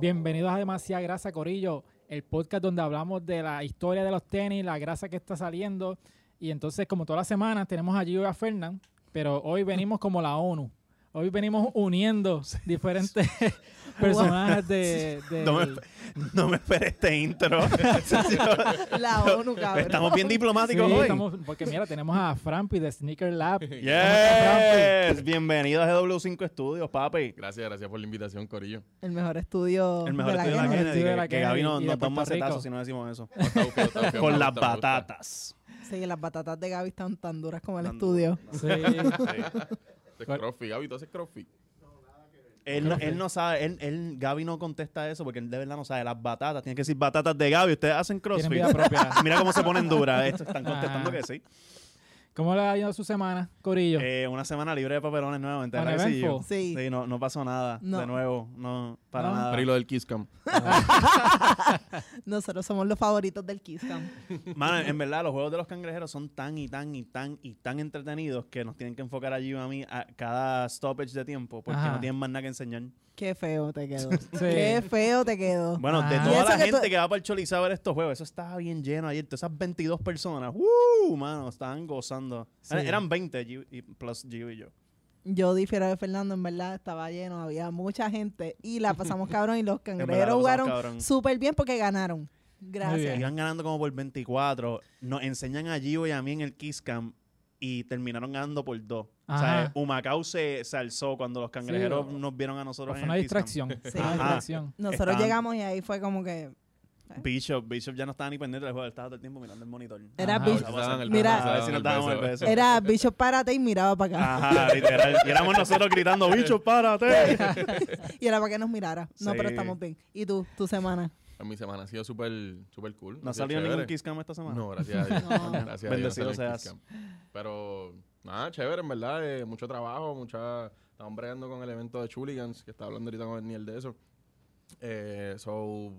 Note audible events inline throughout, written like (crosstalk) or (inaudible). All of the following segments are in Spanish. Bienvenidos a Demasiada Grasa, Corillo, el podcast donde hablamos de la historia de los tenis, la grasa que está saliendo. Y entonces, como todas las semanas, tenemos allí a Fernán, pero hoy venimos como la ONU. Hoy venimos uniendo diferentes (laughs) personajes de, del- No me, (laughs) no me esperé este (laughs) intro. (laughs) La ONU, cabrón. Estamos bien Sí, diplomáticos hoy. estamos- porque mira, tenemos a Frampi de Sneaker Lab. Yes. Bienvenidos a W5 Studios, papi. Gracias, gracias por la invitación, Corillo. El mejor estudio. El mejor de la estudio de la guerra. Kennedy. Kennedy. Estudio de la Que, que Kennedy Gaby y nos, de nos da Puerto un macetazo Rico. si no decimos eso. Está buscado, está buscado, Con me las gusta, me gusta. batatas. Sí, las batatas de Gaby están tan duras como el Tan estudio. Sí. Sí. Esto es ¿Cuál? crossfit, Gaby, tú haces crossfit. Él no, él no sabe, él, él- Gaby no contesta eso porque él de verdad no sabe. Las batatas, tienen que decir batatas de Gaby. Ustedes hacen Tienen crossfit. vida propia. (laughs) Mira cómo se ponen duras. Estos están contestando Ah. que sí. ¿Cómo le ha ido su semana, Corillo? Eh, una semana libre de papelones nuevamente. ¿verdad que sí, Uneventful. Gio? Sí. Sí, no, no pasó nada. No. De nuevo, no, para No. nada. Pero y lo del Kiss Cam. Nosotros somos los favoritos del Kiss Cam. Mano, en verdad, los juegos de los cangrejeros son tan y tan y tan y tan entretenidos que nos tienen que enfocar allí a mí a cada stoppage de tiempo porque Ajá. no tienen más nada que enseñar. Qué feo te quedó. Qué feo te quedó. Bueno, de Ah. Y toda eso la que gente tú- que va para el Choliseo a ver estos juegos, eso estaba bien lleno ayer. Todas esas 22 personas, ¡uh! Mano, estaban gozando. Sí. Eran- Eran 20 Gio- y- plus Gio y yo. Yo difiero de Fernando, en verdad estaba lleno, había mucha gente y la (laughs) pasamos cabrón y los verdad, cangrejeros la pasamos jugaron cabrón. súper bien porque ganaron. Muy Gracias. bien. Iban ganando como por 24. Nos enseñan a Gio y a mí en el Kiss Cam y terminaron ganando por 2. O sea, Ajá. Humacao se, se alzó cuando los cangrejeros o- nos vieron a nosotros Fue en una el Kiss Cam. distracción. Sí. Una Ajá. distracción. Nosotros Estaban- llegamos y ahí fue como que Bishop, Bishop ya no estaba ni pendiente del juego, él estaba todo el tiempo mirando el monitor. Era Ajá, Bishop. ahorita se daban el Mira. beso, A ver si se nos daban dábamos el beso. era bicho párate y miraba para acá. Ajá, literal. Y éramos nosotros gritando, bicho, párate. (laughs) Y era para que nos mirara. No, Ah. Sí. pero estamos bien. ¿Y tú, tu semana? En mi semana ha sido súper súper cool. ¿No ha ha sido salido ningún chévere. Kiss Cam esta semana? No, gracias a (laughs) Dios. No. Gracias a Dios, Bendecido no salió en seas. Kiss Cam. Pero, nada, chévere, en verdad. eh, mucho trabajo, mucha... Estamos bregando con el evento de Chuligans, que está hablando ahorita con el Niel de eso. Eh, so,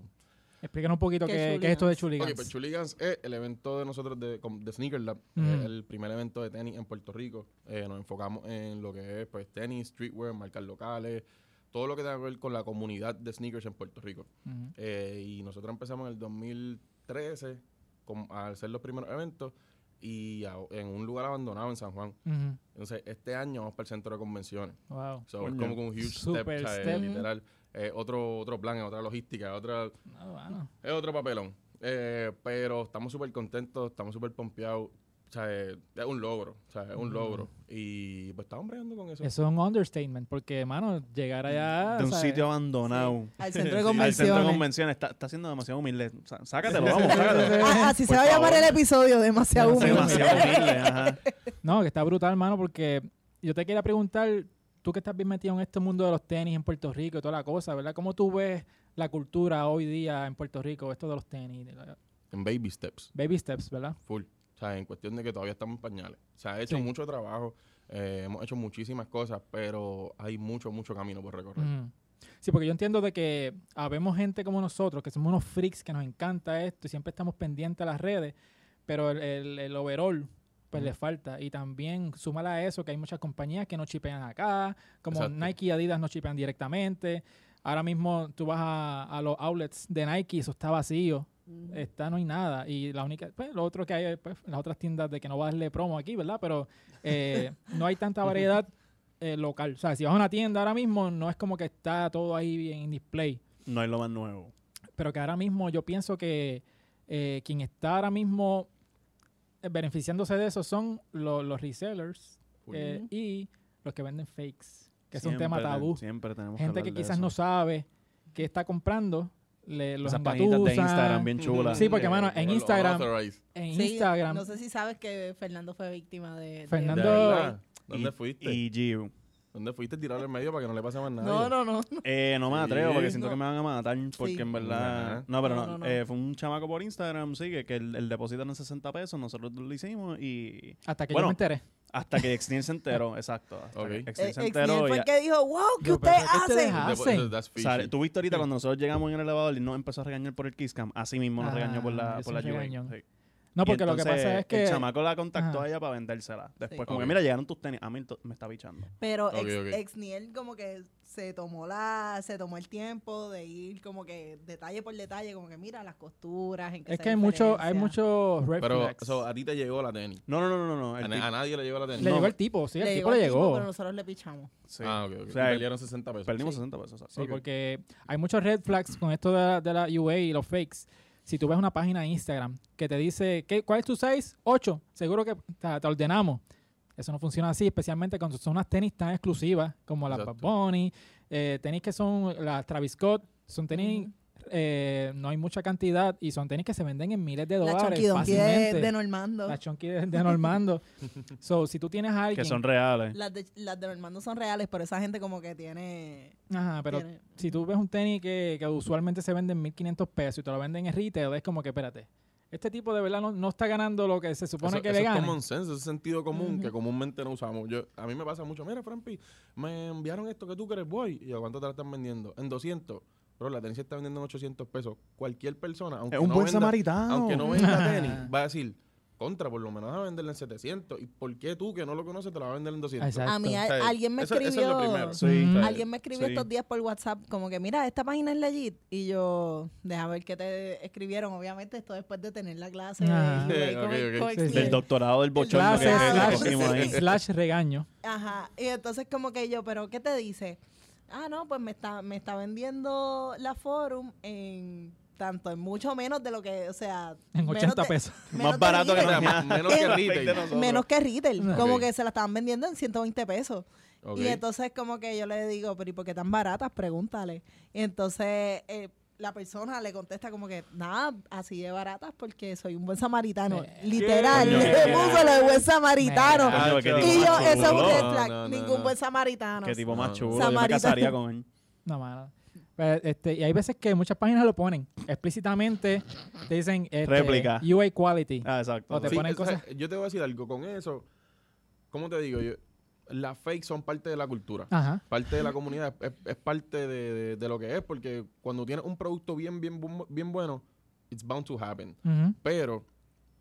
Explícanos un poquito ¿Qué qué, qué es chuligans? esto de Ok, Chuligans. pues Chuligans es el evento de nosotros de, com- de Sneaker Lab, Mm. eh, el primer evento de tenis en Puerto Rico. Eh, nos enfocamos en lo que es pues, tenis, streetwear, marcas locales, todo lo que tenga que ver con la comunidad de sneakers en Puerto Rico. Ujú. Eh, y nosotros empezamos en el 2013 con, a hacer los primeros eventos y a- en un lugar abandonado en San Juan. Ujú. Entonces, este año vamos para el centro de convenciones. Wow. So, Coño. es como que un huge step, Super ¿sabes? step. literal. Eh, otro, otro plan, otra logística, otra... No, bueno. Es otro papelón. Eh, pero estamos súper contentos, estamos súper pompeados. O sea, eh, es un logro. O sea, es un logro. Y pues estamos bregando con eso. Eso es un understatement, porque, mano, llegar allá. De un ¿sabes? sitio abandonado. Al Al centro de centro de convenciones. convenciones. Está, está siendo demasiado humilde. Sa- Sácatelo, vamos, sácatelo. Ah, así se Por va a llamar favor. el episodio, demasiado Demasiado humilde. Pues Demasiado humilde, ajá. No, que está brutal, mano, porque yo te quería preguntar, tú que estás bien metido en este mundo de los tenis en Puerto Rico y toda la cosa, ¿verdad? ¿Cómo tú ves la cultura hoy día en Puerto Rico, esto de los tenis, de la- En baby steps. baby steps, ¿verdad? Full. O sea, en cuestión de que todavía estamos en pañales. O sea, he hecho Sí. mucho trabajo. eh, hemos hecho muchísimas cosas, pero hay mucho, mucho camino por recorrer. Ujú. Sí, porque yo entiendo de que habemos gente como nosotros, que somos unos freaks, que nos encanta esto y siempre estamos pendientes a las redes, pero el, el- el overall pues le falta. Y también súmala a eso que hay muchas compañías que no chipean acá, como Exacto. Nike y Adidas no chipean directamente. Ahora mismo tú vas a, a los outlets de Nike, eso está vacío, está no hay nada. Y la única, pues lo otro que hay, es, pues las otras tiendas de que no vas a darle promo aquí, ¿verdad? Pero eh, no hay tanta variedad eh, local. O sea, si vas a una tienda ahora mismo, no es como que está todo ahí en display. No es lo más nuevo. Pero que ahora mismo yo pienso que eh, quien está ahora mismo eh, beneficiándose de eso son lo- los resellers Full. eh, Ujú. y los que venden fakes, que es un tema Siempre te- tabú. Siempre tenemos Gente que quizás no sabe qué está comprando, le, los Esas páginas de engatusan. Instagram bien chulas. Sí, porque, mano, Eh, en los Instagram- unauthorized. En Sí, Instagram, No sé si sabes que Fernando fue víctima de. de- De Fernando- verdad. ¿Dónde Y- fuiste? Y Gio. ¿Dónde fuiste? Tirarlo en medio para que no le pase más nada. No, no, no. Eh, no me atrevo Sí. porque siento No. que me van a matar porque Sí. en verdad... Ajá. No, pero No, no. no, no. Eh, fue un chamaco por Instagram, sí, que, que el, el depósito era en 60 pesos, nosotros lo hicimos y... hasta que yo Bueno, me enteré. Hasta que Extin (laughs) se enteró, exacto. Hasta Ok. que Eh, Extin se Exniel enteró. fue y- el que dijo, wow, ¿qué Yo, pero este ¿qué ustedes ustedes hacen? hacen? Después- that's O sea, fishy. tú viste ahorita cuando nosotros llegamos en el elevador y nos empezó a regañar por el Kiss Cam, así mismo nos Ah, regañó por la, yo por soy la un Juve. regañón. Sí. No, Y porque lo que entonces pasa es que. El chamaco la contactó Ajá. a ella para vendérsela. Después, Sí. como que Ok. mira, llegaron tus tenis. A mí to- me está bichando. Pero Ok, ex, ok. Exniel como que se tomó la, se tomó el tiempo de ir como que detalle por detalle, como que mira las costuras, en qué es se que hay mucho, hay diferencia. mucho red Pero flags. so, a ti te llegó la tenis. No, no, no, no. no. A, el na- tipo- a nadie le llegó la tenis. Le ah, No. llegó el tipo, sí, el tipo le al tipo, llegó. pero nosotros le pichamos. sí. Ah, ok, ok. O sea, Y perdieron 60 pesos. Perdimos Sí. 60 pesos. Sí, exacto. porque hay muchos red flags con esto de la, de la UA y los fakes. Si tú ves una página de Instagram que te dice, ¿qué, ¿cuál es tu size? 8. Seguro que te, te ordenamos. Eso no funciona así, especialmente cuando son unas tenis tan exclusivas como las Bad Exacto. Bunny, eh, tenis que son las Travis Scott, son tenis, Ujú. eh, no hay mucha cantidad y son tenis que se venden en miles de La dólares Chonky Donkey de, fácilmente. de Normando. las chonky de, de (laughs) Normando. so, si tú tienes a alguien... Que son reales. Las de, las de Normando son reales, pero esa gente como que tiene... Ajá, pero tiene- si tú ves un tenis que, que usualmente se vende en 1500 pesos y te lo venden en retail, es como que espérate, este tipo de verdad no, no está ganando lo que se supone Eso- que le eso es gana. common sense, ese sentido común que Ujú. comúnmente no usamos. Yo, a mí me pasa mucho, mira, Frampi, me enviaron esto que tú quieres, voy. ¿Y a cuánto te la están vendiendo? En 200. Bro, la tenis se está vendiendo en 800 pesos. Cualquier persona, aunque Es un no buen venda- samaritano. aunque no venda tenis, va a decir, contra, por lo menos a venderla en 700. ¿Y por qué tú, que no lo conoces, te la vas a vender en 200? Exacto. A mí O sea, a- alguien me eso- eso es lo escribió... primero. Sí. Mm. o sea, Alguien me escribió sí. estos días por WhatsApp como que, mira, esta página es legit. Y yo, deja ver qué te escribieron. Obviamente, esto después de tener la clase. de Ah. UA Sí, con- ok, ok. con Sí, Xniel. (laughs) Del doctorado del bochorno que, Clase, que slash, pusimos ahí. slash regaño. Ajá. Y entonces como que yo, pero ¿qué te dice? Ah, no, pues me está, me está vendiendo la forum en tanto, en mucho menos de lo que, o sea... En menos 80 de- pesos. menos Más de barato que O sea, retail. más- menos que retail. Menos que retail. Ok. Como que se la estaban vendiendo en 120 pesos. Ok. Y entonces como que yo le digo, pero ¿y por qué tan baratas? Pregúntale. Y entonces eh, la persona le contesta como que, nada, así de baratas porque soy un buen samaritano. Eh, Literal, coño, le qué- puso lo de buen samaritano. Mira. Coño, qué Ah, Y tipo yo, más eso es un chulo. red flag. No, no, Ningún no. buen samaritano. Qué tipo más No. chulo. Yo me Samaritano. casaría con él. No, mano. Pero, este, y hay veces que muchas páginas lo ponen. Explícitamente te dicen este, Réplica. UA quality. Ah, exacto. O te Sí, ponen o sea, cosas- Yo te voy a decir algo con eso. ¿Cómo te digo? Yo, las fakes son parte de la cultura. Ajá. parte de la comunidad, es, es parte de, de- de lo que es, porque cuando tienes un producto bien, bien, bu- bien bueno, it's bound to happen. Ujú. Pero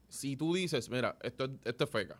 si tú dices, mira, esto, es- esto es feca.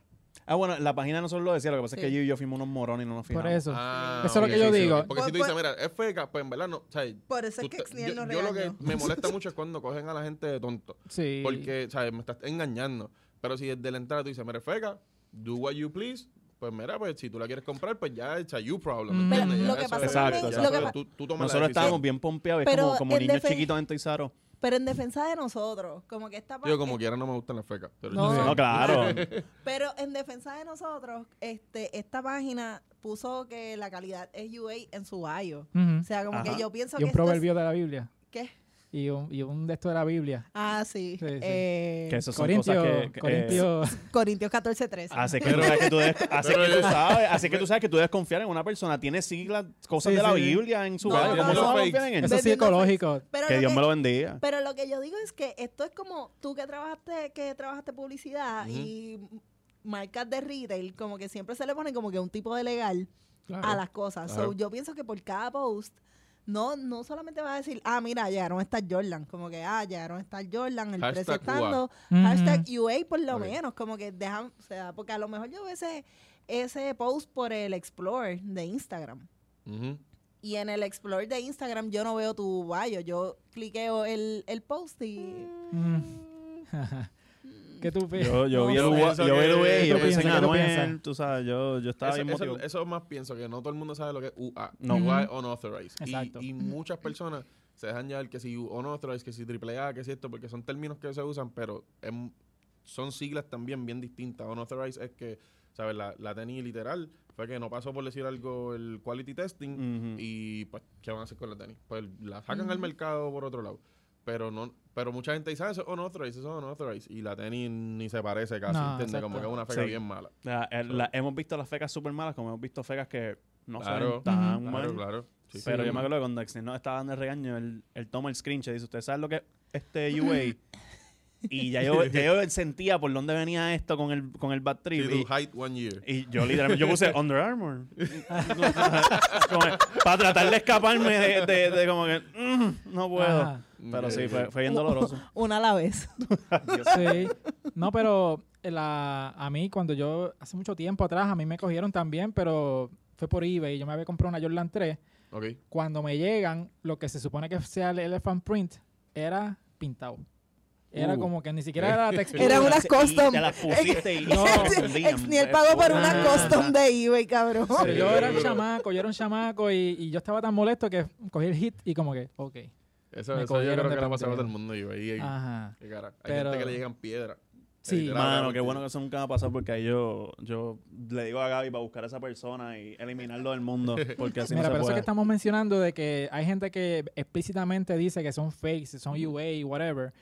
Ah, bueno, la página nosotros lo decía, lo que pasa es que Sí. yo y yo fuimos unos morones y no nos fijamos. Por eso. Ah, Eso es lo ok, que yo sí, sí, digo. ok. Porque si tú Pues- dices, mira, es feca, pues en verdad no. O sea, Por eso tú es que te- Xniel yo, no yo lo que regañó. me (laughs) molesta mucho es cuando cogen a la gente de tonto. sí. Porque, ¿sabes? Me estás engañando. Pero si desde la entrada tú dices, mira, es feca, do what you please. Pues mira, pues si tú la quieres comprar, pues ya it's a you problem. Mm. Pero ¿entiendes? Ya lo que eso pasa es- también- ya lo eso que es- pa- tú, tú tomas la Nosotros decisión. estábamos bien pompeados, es Pero como, como en niños defen- chiquitos en Toizaro. Pero en defensa de nosotros, como que esta Yo parte- como quiera no me gustan las fecas. Pero No. yo sé. No, claro. Pero en defensa de nosotros, este, esta página puso que la calidad es UA en su bio. Ujú. O sea, como Ajá. que yo pienso Y que un esto es- proverbio de la Biblia. ¿Qué? Y un, y un de esto de la Biblia. Ah, sí. Sí, sí. eh, que eso son Corintio, cosas que... que- eh, Corintio. (laughs) Corintios 14, 13. Así que, tú sabes que tú debes, así pero que tú yo- sabes, así que tú sabes que tú debes confiar en una persona. Tiene siglas, cosas Sí, de la sí, sí. Biblia en su No, vida. no, ¿Cómo no, tú vas a no. confiar en Eso eso? es psicológico. pero, Que lo Dios que, me lo bendiga. pero lo que yo digo es que esto es como tú que trabajaste, que trabajaste publicidad Ujú. y marcas de retail, como que siempre se le pone como que un tipo de legal a las cosas. So, claro. yo pienso que por cada post, no, no solamente vas a decir, ah, mira, llegaron a estar Jordan. Como que, ah, llegaron a estar Jordan, el precio Hashtag está UA. dando, Ujú. Hashtag UA por lo Ok. menos, como que dejan, o sea, porque a lo mejor yo veo ese, ese post por el Explorer de Instagram. Ujú. Y en el Explorer de Instagram yo no veo tu bio, yo cliqueo el, el post y... Mm. (laughs) ¿Qué tú pi- Yo, yo No, vi el yo UA, pienso yo vi el que- UA, yo ¿Qué pensé en piensa? ¿Qué tú Anuel, piensas? tú sabes, yo, yo estaba Eso, bien eso- motivado. eso más pienso que no todo el mundo sabe lo que es UA. No. UA unauthorized. Y- Exacto. Y, muchas personas se dejan llevar que si unauthorized, que si triple A, que si esto, porque son términos que se usan, pero em- son siglas también bien distintas. Unauthorized es que, ¿sabes? La, la tenis literal fue que no pasó por decir algo el quality testing Ujú. y pues, ¿qué van a hacer con la tenis? Pues la sacan al mercado por otro lado. Pero no pero mucha gente dice, ah, eso es unauthorized, eso es unauthorized. Y la tenis ni se parece casi, No, ¿entiendes? Como que exacto. es una feca Sí. bien mala. La- el- la- hemos visto las fecas súper malas, como hemos visto fecas que no Claro. son tan Ujú. mal. Claro, claro. Sí, pero sí. yo me acuerdo que cuando Exner nos estaba dando el regaño, él, él toma el screenshot y dice, ¿ustedes saben lo que es (laughs) este UA? y ya yo, ya yo sentía por dónde venía esto con el, con el bad Sí, trip. tu y- height one year. Y, yo literalmente, yo puse Under (laughs) Armour. Como, para tratar de escaparme de, de- de como que, "Mm, no puedo. Ajá. Pero sí, Ok, fue, ok. fue bien doloroso. Una a la vez. Sí. No, pero eh, la, a mí cuando yo, hace mucho tiempo atrás, a mí me cogieron también, pero fue por eBay. Yo me había comprado una Jordan 3. Ok. Cuando me llegan, lo que se supone que sea el elephant print era pintado. Era Uh. como que ni siquiera era la textura. Eran unas Y custom. Te las pusiste (laughs) y No. Ni el pago por una Ah. custom de eBay, cabrón. (laughs) Pero yo Sí. era un chamaco, yo era un chamaco y, y yo estaba tan molesto que cogí el hit y como que, ok. Eso, Me eso yo cogieron creo de que le ha pasado pendejo. a todo el mundo. Yo ahí, Ajá. qué cara. Hay Pero- gente que le llegan piedras. Sí. Literal, Mano, cabrón, qué sí. bueno que eso nunca va a pasar porque ahí yo, yo le digo a Gaby para buscar a esa persona y eliminarlo del mundo porque así (laughs) Mira, no se pero eso puede. que estamos mencionando de que hay gente que explícitamente dice que son fakes, son UA, whatever.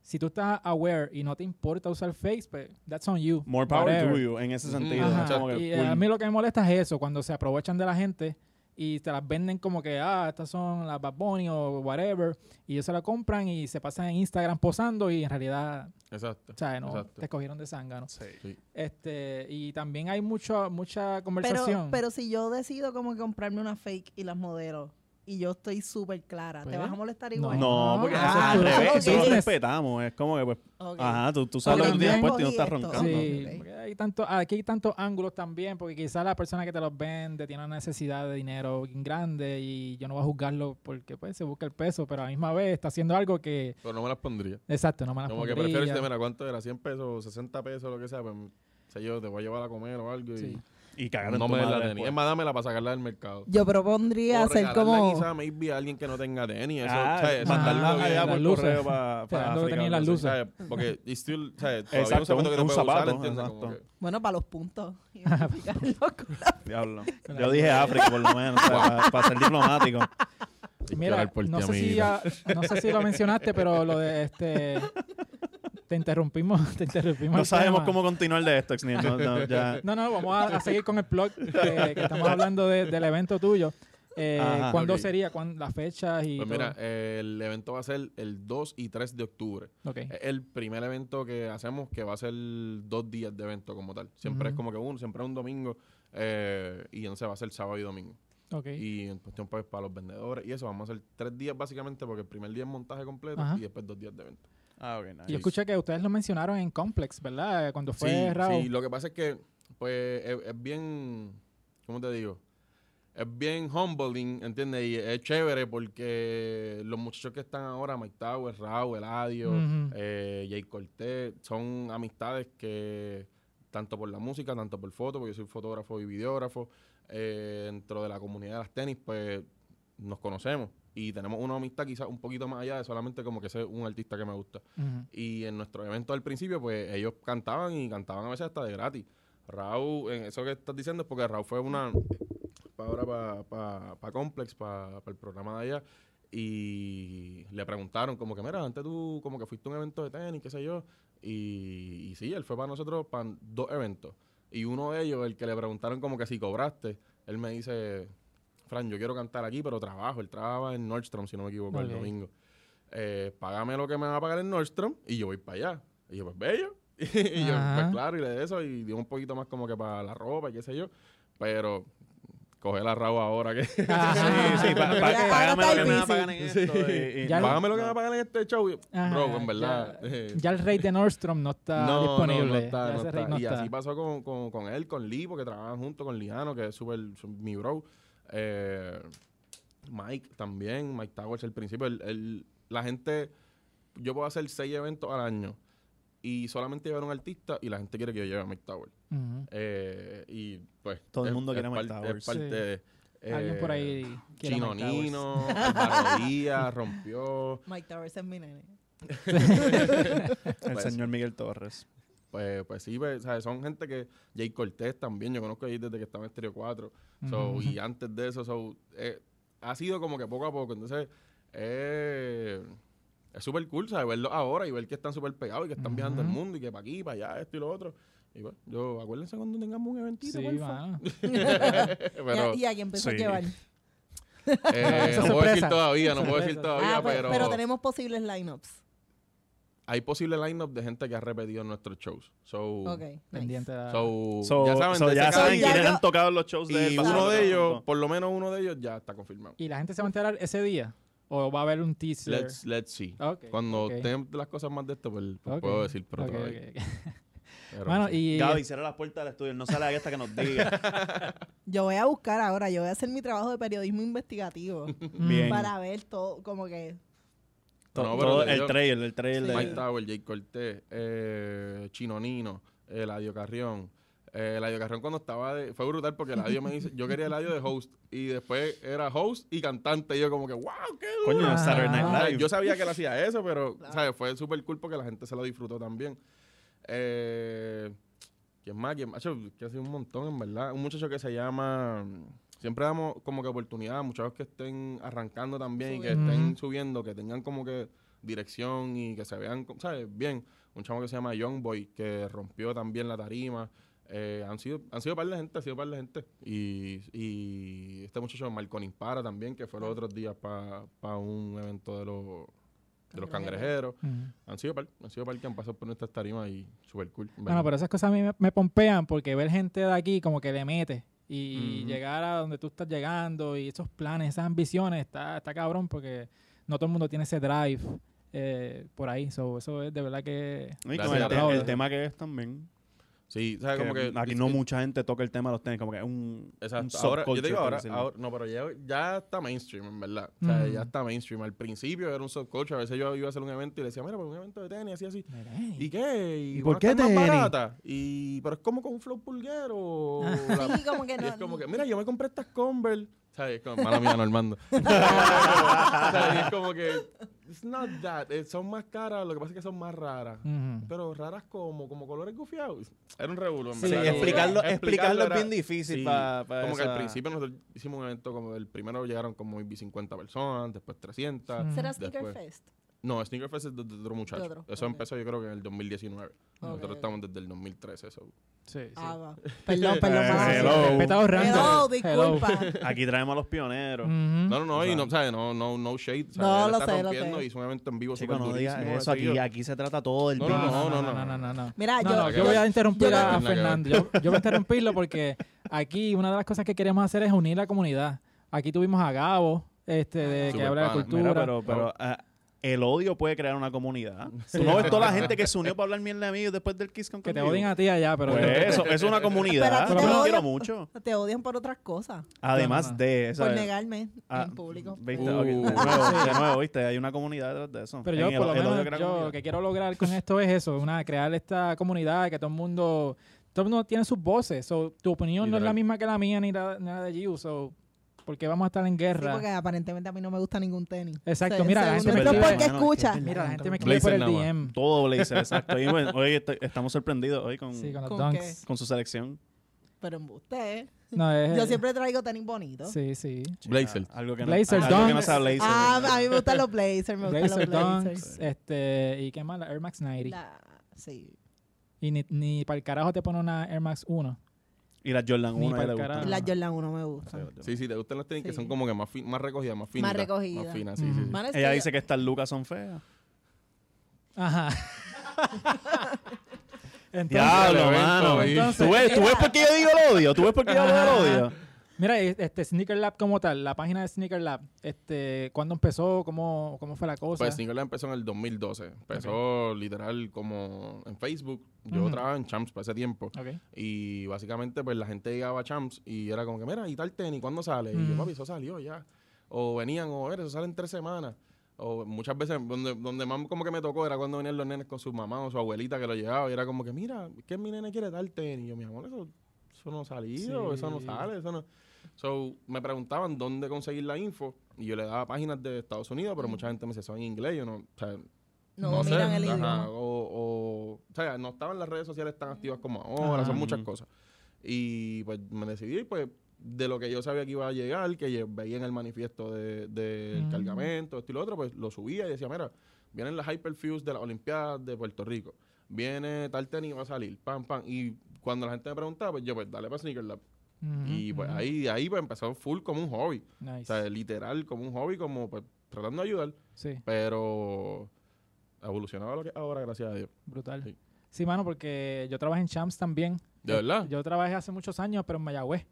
Si tú estás aware y no te importa usar fakes, pues that's on you. More power whatever. to you en ese sentido. Ajá. Es como que, Y eh, cool. a mí lo que me molesta es eso, cuando se aprovechan de la gente y te las venden como que, ah, estas son las Bad Bunny o whatever, y ellos se la compran y se pasan en Instagram posando y en realidad, Exacto. o sea, no, Exacto. te cogieron de zángano. Sí. Este, y también hay mucho, mucha Pero, conversación. pero si yo decido como que comprarme una fake y las modelo y yo estoy súper clara, ¿te Pues, vas a molestar no. igual? No, porque Ah, eso es al ok. revés. Eso lo Ok. respetamos. Es como que, pues, Ok. ajá, tú, tú sabes Porque lo que tú tienes también- puesto y no estás Jodí esto. Ah, roncando. Sí, Ok. porque hay tanto, aquí hay tantos ángulos también, porque quizás la persona que te los vende tiene una necesidad de dinero bien grande y yo no voy a juzgarlo porque pues se busca el peso, pero a la misma vez está haciendo algo que, Pero no me las pondría. exacto, no me las Como que pondría. prefiero decirte, mira, ¿cuánto era? ¿100 pesos o 60 pesos lo que sea? Pues, sé yo, te voy a llevar a comer o algo y Sí. Y cagar en no tu me des la madre pues. tenis. después. Es más, dámela para sacarla del mercado. Yo propondría O hacer regalarla como... quizá maybe a alguien que no tenga tenis. Eso, Ah, ¿sabes? Eso mandarla es algo que- allá allá las por luces. correo para, para Esperando que África, tenía no las sé. luces. ¿sabes? Porque y still, ¿sabes? Todavía Exacto, un zapato que te un puedes usar, zapato, ¿entiendes? Como exacto. que- Bueno, para los puntos. (laughs) Identificarlo con la- Diablo. Claro. Yo dije África, por lo menos, o sea, para, para ser diplomático. Mira, llorar por ti, no sé, si amigo. ya- no sé si lo mencionaste, pero lo de este... Te interrumpimos, (laughs) te interrumpimos. No el sabemos tema. cómo continuar de esto, Xniel. No, no, ya. No, no, vamos (laughs) a, a seguir con el blog que, que estamos hablando de- del evento tuyo. Eh, Ajá, ¿Cuándo ok. sería? ¿Cuán- ¿Las fechas? Y Pues todo? mira, eh, el evento va a ser el 2 y 3 de octubre. Ok. Es el primer evento que hacemos que va a ser dos días de evento como tal. Siempre es Ujú. como que uno, siempre es un domingo eh, y entonces va a ser sábado y domingo. ok. Y en cuestión pues para los vendedores y eso, vamos a hacer tres días básicamente porque el primer día es montaje completo Ajá. y después dos días de evento. Ah, ok, Yo nice. escuché que ustedes lo mencionaron en Complex, ¿verdad? Eh, Cuando fue sí, Raúl. sí, lo que pasa es que pues es, es bien, ¿cómo te digo? Es bien humbling, ¿entiendes? Y es chévere porque los muchachos que están ahora, Mike Tower, Raúl, Eladio, Ujú. eh, Jay Cortés, son amistades que, tanto por la música, tanto por foto, porque yo soy fotógrafo y videógrafo, eh, dentro de la comunidad de las tenis, pues nos conocemos y tenemos una amistad quizás un poquito más allá de solamente como que ser un artista que me gusta. Ujú. Y en nuestro evento al principio, pues ellos cantaban y cantaban a veces hasta de gratis. Raúl, en eso que estás diciendo es porque Raúl fue una. Para ahora, para Complex, para el programa de allá. Y le preguntaron, como que, mira, antes tú, como que fuiste a un evento de tenis, qué sé yo. Y, y sí, él fue para nosotros para dos eventos. Y uno de ellos, el que le preguntaron, como que si cobraste, él me dice, Fran, yo quiero cantar aquí, pero trabajo. Él trabajaba en Nordstrom, si no me equivoco, Ok. el domingo eh, págame lo que me va a pagar en Nordstrom y yo voy para allá. Y yo, pues, bello. (laughs) y yo, pues, Ajá. claro, y le de eso, y dio un poquito más como que para la ropa y qué sé yo. Pero coger la rabo ahora que... Ajá. (laughs) Sí, sí, pa- pa- Ahora está págame lo que me va a difícil. pagar en esto. y- y- (laughs) Ya lo- Págame lo que me va a pagar en este show. Y- Ajá, Bro, en verdad... ya- (laughs) eh, Ya el rey de Nordstrom no está no, no, disponible. no Ya está, no ese está. rate no y está. así pasó con, con, con él, con Lee, porque trabajan juntos con Liano, que es súper su- mi bro. Eh, Mike también, Mike Towers al principio. el- el- la gente, yo puedo hacer seis eventos al año y solamente llevar un artista y la gente quiere que yo lleve a Mike Towers. Ujú. Eh, y pues... Todo el es- mundo es quiere a Mike par- Towers. Es parte Sí. de... Alguien eh, por ahí quiere a Chino Mike Towers. Nino, Álvaro Díaz, rompió. Mike Towers es mi (laughs) nene. El Pues, señor Miguel Torres. Pues, pues sí, pues, ¿sabes? son gente que. Jay Cortés también, yo conozco a Jay desde que estaba en Estéreo 4. So, (laughs) Ujú. Y antes de eso, so, eh, ha sido como que poco a poco. Entonces, eh, es súper cool, ¿sabes? Verlos ahora y ver que están súper pegados y que están viajando el Ujú. mundo y que para aquí, para allá, esto y lo otro. Y bueno, yo, acuérdense cuando tengamos un eventito, Sí, porfa. mano. (laughs) Pero, y, a- y a quién empezó sí. a llevar. Esa eh, no puedo decir sorpresa. todavía, no puedo decir Sorpresa. todavía, Ah, pues, pero, tenemos posibles lineups. hay posible lineup de gente que ha repetido en nuestros shows. So, Ok. nice. Pendiente. a- so, So, ya saben, so de ese ya caso- saben ya quiénes yo- han tocado en los shows de él, Y pasado, uno de pero- ellos, por lo menos uno de ellos, ya está confirmado. Y la gente se va a enterar ese día. ¿O va a haber un teaser? Let's, let's see. Ah, Ok, Cuando ok. estén las cosas más de esto, pues, pues Ok, puedo decir, pero ok, todavía. ok, ok. pero- Mano, y... Gaby, cierra la puerta del estudio. Él No sale aquí hasta que nos diga. Yo voy a buscar ahora, yo voy a hacer mi trabajo de periodismo (laughs) investigativo mm, Bien. para ver todo, como que To- No, pero todo te el digo- trailer, el trailer. Sí. Mike de- Tower, Jake Cortés, eh, Chino Nino, Eladio Carrión. Eh, Eladio Carrión cuando estaba de... Fue brutal porque Eladio me dice... Yo quería Eladio de host. Y después era host y cantante. Y yo como que, wow, qué duro. Coño, Ah. Saturday O Night sea, Live. Yo sabía que él hacía (laughs) eso, pero Claro. ¿sabes? fue súper cool porque la gente se lo disfrutó también. Eh, ¿Quién más? ¿Quién más? Acho, Que ha sido un montón, en verdad. Un muchacho que se llama... Siempre damos como que oportunidad a muchachos que estén arrancando también y que Subiendo. estén Ujú. subiendo, que tengan como que dirección y que se vean, co- ¿sabes? Bien. Un chamo que se llama Young Boy, que rompió también la tarima. Eh, han sido han sido par de gente, ha sido par de gente. Y, y este muchacho Marcon Impara también, que fue los otros días para un evento de los, de los cangrejeros. mm. Han sido par, han sido par que han pasado por nuestras tarimas y super cool. en Bueno, verdad. pero esas cosas a mí me, me pompean porque ver gente de aquí como que le mete y Ujú. llegar a donde tú estás llegando y esos planes, esas ambiciones, está, está cabrón porque no todo el mundo tiene ese drive eh, por ahí. So, eso es de verdad que... Y Gracias como el, a te- todos. el tema que es también. Sí, ¿sabes? que Como que... aquí no mucha gente toca el tema de los tenis, como que es un, un Exacto. Ahora, yo subculture, te digo por ahora, decirlo. ahora- no, pero ya, ya está mainstream, en verdad. O sea, Mm. ya está mainstream. Al principio era un subculture. A veces yo iba a hacer un evento y le decía, mira, pues un evento de tenis, así, así. ¿Y qué? ¿Y van a por qué estar más tenis? barata? Y, pero es como con un flow pulguero. o la- Ah. sí, como que y no. es como que, mira, yo me compré estas Converse. ¿Sabes? Como, mala mía, (laughs) Normando. ¿Sabes? Y es como que, it's not that. Eh, son más caras, lo que pasa es que son más raras. Ujú. Pero raras como, como colores gufiados. Era un revuelo, en Sí, Sí, verdad. como que explicarlo, explicarlo es era- bien difícil Sí, para como que al principio nosotros hicimos un evento como el primero llegaron como maybe 50 personas, después 300. Mm. ¿Será Después. Sneaker Fest? No, Sneaker Fest es de, de otro muchacho. De otro, Eso ok. empezó yo creo que en el 2019. Nosotros Ok. estamos desde el 2013. Eso. Sí, sí. Ah, va. Perdón, perdón. Eh, mala mía. hello. Respeta a los randoms. Hello, Hello. disculpa. Aquí traemos a los pioneros. Ujú. No, no, no, O y sea- no, ¿sabes? No, no, no shade. ¿sabes? No, Él lo está sé, lo rompiendo sé. y hizo un evento en vivo Chico, súper no durísimo. digas eso. Aquí, aquí se trata todo el No, día. no, no. no, no, no, no. (laughs) Mira, No, Ah, yo, no, yo voy a interrumpir yo- a Nada que Fernando. Yo, yo voy a interrumpirlo porque aquí una de las cosas que queremos hacer es unir la comunidad. Aquí tuvimos a Gabo, este, de, que Super habla de pana. cultura. Mira, pero, pero ah, el odio puede crear una comunidad. Sí. Tú no ves toda la gente que se (laughs) unió para hablar mierda de mí después del Kiss con que te conmigo? odien a ti allá, (laughs) pero... Pues eso, es una Pero comunidad. a ti Yo te los odio. quiero mucho. te odian por otras cosas, No, Además no, no. de... por ¿sabes? negarme Ah, en público. ¿Viste? Uh. Ok, de, (laughs) nuevo, de nuevo, ¿viste? Hay una comunidad detrás de eso. Pero En yo, el- por lo el odio menos, crea yo comunidad. lo que quiero lograr con esto es eso, una, crear esta comunidad que todo el mundo, todo el mundo tiene sus voces. So, tu opinión no es la Literal. misma que la mía ni la, ni la de Giu. So, ¿Por qué vamos a estar en Sí, guerra? porque aparentemente a mí no me gusta ningún tenis. Exacto, Se- mira, la gente según me esto es escribe, porque Mano, escucha. es que- mira, la gente me escribe Blazer por el nada más. DM. Todo (laughs) Blazer, exacto. Y bueno, hoy estoy- estamos sorprendidos hoy con, Sí, con los ¿Con dunks. con su selección. Pero embuste, ¿eh? No, es- Yo siempre traigo tenis bonitos. Sí, sí. Blazer. Algo que no, Blazer, algo que no dunks. sea Blazer. Ah, a mí me gustan los blazers, me gustan Blazer los blazers. Dunks, este, y qué más, la Air Max 90. La- sí. Y ni, ni para el carajo te pone una Air Max 1. y la Jordan Ni 1 pa'l y la carajo. Y Jordan las Jordan 1 me gustan. Sí, sí, te gustan las tenis que Sí. son como que más, fi- más recogidas, más finas. recogidas. Más finas, sí, sí, sí. Ujú. Mano, es Ella que- dice que estas lucas son feas. (laughs) Ajá. Entonces, Diablo, mano. Entonces- ¿Tú ves, ¿Tú ves por qué yo digo el odio? ¿Tú ves por qué yo hablo del odio? Mira, e- este Sneaker Lab como tal, la página de Sneaker Lab, este, ¿cuándo empezó? ¿Cómo, cómo fue la cosa? Pues Sneaker Lab empezó en el 2012. Empezó literal como en Facebook. Yo Ujú. trabajaba en Champs para ese tiempo. Ok. Y básicamente, pues la gente llegaba a Champs y era como que, mira, ¿y tal tenis? ¿Cuándo sale? Y yo, Mm. papi, eso salió ya. O venían, o "Mira, eso sale en tres semanas. O muchas veces, donde, donde más como que me tocó era cuando venían los nenes con su mamá o su abuelita que lo llevaba y era como que, mira, ¿qué mi nene quiere tal tenis? Y yo, mi amor, eso, eso no ha salido, eso no Sí. sale, eso no. So, me preguntaban dónde conseguir la info y yo le daba páginas de Estados Unidos, pero mucha gente me decía, eso es en inglés, yo no, o sea, No, no sé, dominan el ajá, idioma. O, o, o sea, no estaban las redes sociales tan activas como ahora, Ajá. son muchas Ujú. cosas. Y pues me decidí, pues, de lo que yo sabía que iba a llegar, que lle- veía en el manifiesto de- del Mm. cargamento, esto y lo otro, pues lo subía y decía, mira, vienen las Hyperfuse de las Olimpiadas de Puerto Rico. Viene tal tenis, va a salir, pam, pam. Y cuando la gente me preguntaba, pues yo, pues dale para Sneaker Lab. Ujú, y pues ujú. ahí, ahí pues, empezó full como un hobby. Mm, Nice. O sea, literal, como un hobby, como pues tratando de ayudar, sí, pero evolucionaba lo que es ahora, gracias a Dios. brutal. Sí. sí. mano, porque yo trabajé en Champs también. ¿De verdad? Yo trabajé hace muchos años, pero en Mayagüez.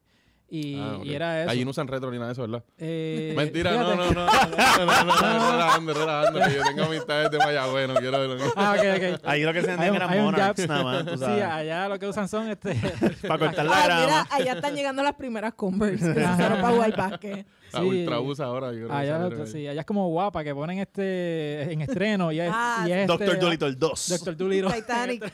y, Ah, ok. y era eso. Allí no usan retro ni nada de eso, ¿verdad? Eh, Mentira, fíjate. no, no, no. No, no, no, no, relajando, relajando, que yo tengo amistades de Mayagüez, no quiero verlo. (laughs) Ah, ok, ok. Ahí lo que se Hay vendían un- hay eran un monarchs gap. nada más, tú Sí, sabes. allá lo que usan son este. Para cortar la Ah, mira, grama. allá están llegando las primeras Converse que se Ajá. usaron para jugar básquet. La sí. ultrabus ahora. Yo creo que Allá, sale lo- de ahí. sí, allá es como guapa que ponen este en estreno y es, Ah, y es este- Doctor Dolittle 2. Doctor Dolittle. (laughs) Titanic.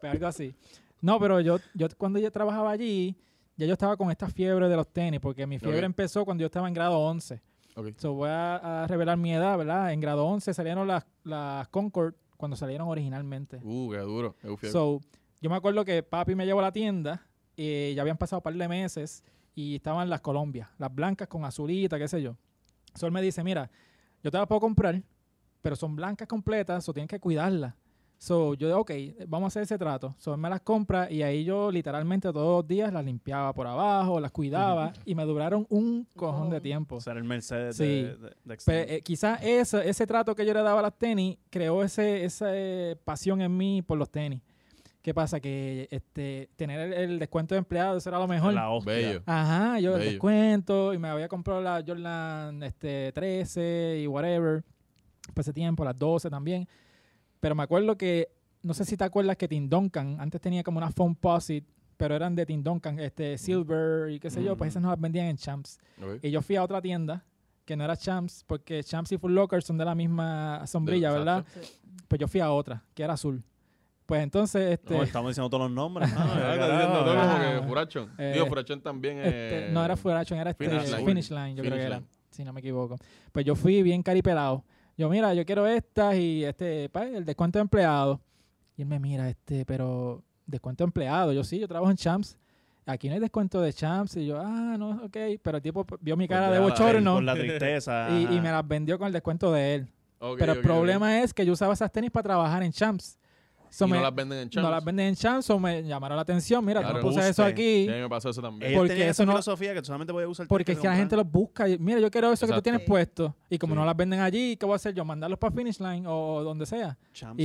Pues algo así. No, pero yo, yo cuando yo trabajaba allí, ya yo estaba con esta fiebre de los tenis, porque mi fiebre Ok. empezó cuando yo estaba en grado 11. Ok. So, voy a, a revelar mi edad, ¿verdad? En grado 11 salieron las, las Concord cuando salieron originalmente. Uh, qué duro. qué ufiego. So, yo me acuerdo que papi me llevó a la tienda, eh, ya habían pasado un par de meses y estaban las Colombia, las blancas con azulita, qué sé yo. Sol me dice, mira, yo te las puedo comprar, pero son blancas completas, o tienes que cuidarlas. So, yo, ok, vamos a hacer ese trato. Sol me las compra y ahí yo literalmente todos los días las limpiaba por abajo, las cuidaba y me duraron un cojón de Wow. tiempo. O sea, era el Mercedes Sí. de, de, de Pero, Extreme. eh, quizás ese, ese trato que yo le daba a las tenis creó ese, esa eh, pasión en mí por los tenis. ¿Qué pasa? Que este, tener el, el descuento de empleado eso era lo mejor. La hostia. Bello. Ajá, yo el Bello. descuento y me había comprado la Jordan este, 13 y whatever. Para ese tiempo, las 12 también. Pero me acuerdo que, no sé si te acuerdas que Tim Duncan, antes tenía como una phone posit, pero eran de Tim Duncan, este, Silver y qué sé yo, pues Mm. esas nos las vendían en Champs. Ok. Y yo fui a otra tienda que no era Champs, porque Champs y Full Locker son de la misma sombrilla, Exacto. ¿verdad? Pues yo fui a otra, que era azul. Pues entonces, este, No, estamos diciendo todos los nombres. Ah, Ah, está carajo. diciendo todo como Ah. que Furachón. Eh, Digo, Furachón también es... este, no era Furachon, era este, Finish Finish Line. Line, yo creo Finish que era, Line. si no me equivoco. Pues yo fui bien caripelado. Yo, mira, yo quiero estas y este, pa, el descuento de empleado. Y él me mira, este, pero descuento de empleado. Yo sí, yo trabajo en Champs. Aquí no hay descuento de Champs. Y yo, ah, no, ok. Pero el tipo vio mi cara de Pues ya la- bochorno Por la tristeza. y, y ajá. me las vendió con el descuento de él. Ok, Pero ok, el problema es que yo usaba esas tenis para trabajar en Champs. ok. So Y me- no las venden en no Champs. las venden en Champs, o me llamaron la atención. Mira, tú Claro, no puse eso buste. aquí. Sí, a mí me pasó eso también. Ellos porque tenían eso esa no- filosofía que tú solamente podías usar. Porque es que la gente los busca. y, mira, yo quiero eso que tú Exacto. tienes Sí. puesto. Y como Sí. no las venden allí, ¿qué voy a hacer yo? Mandarlos para Finish Line o, o donde sea.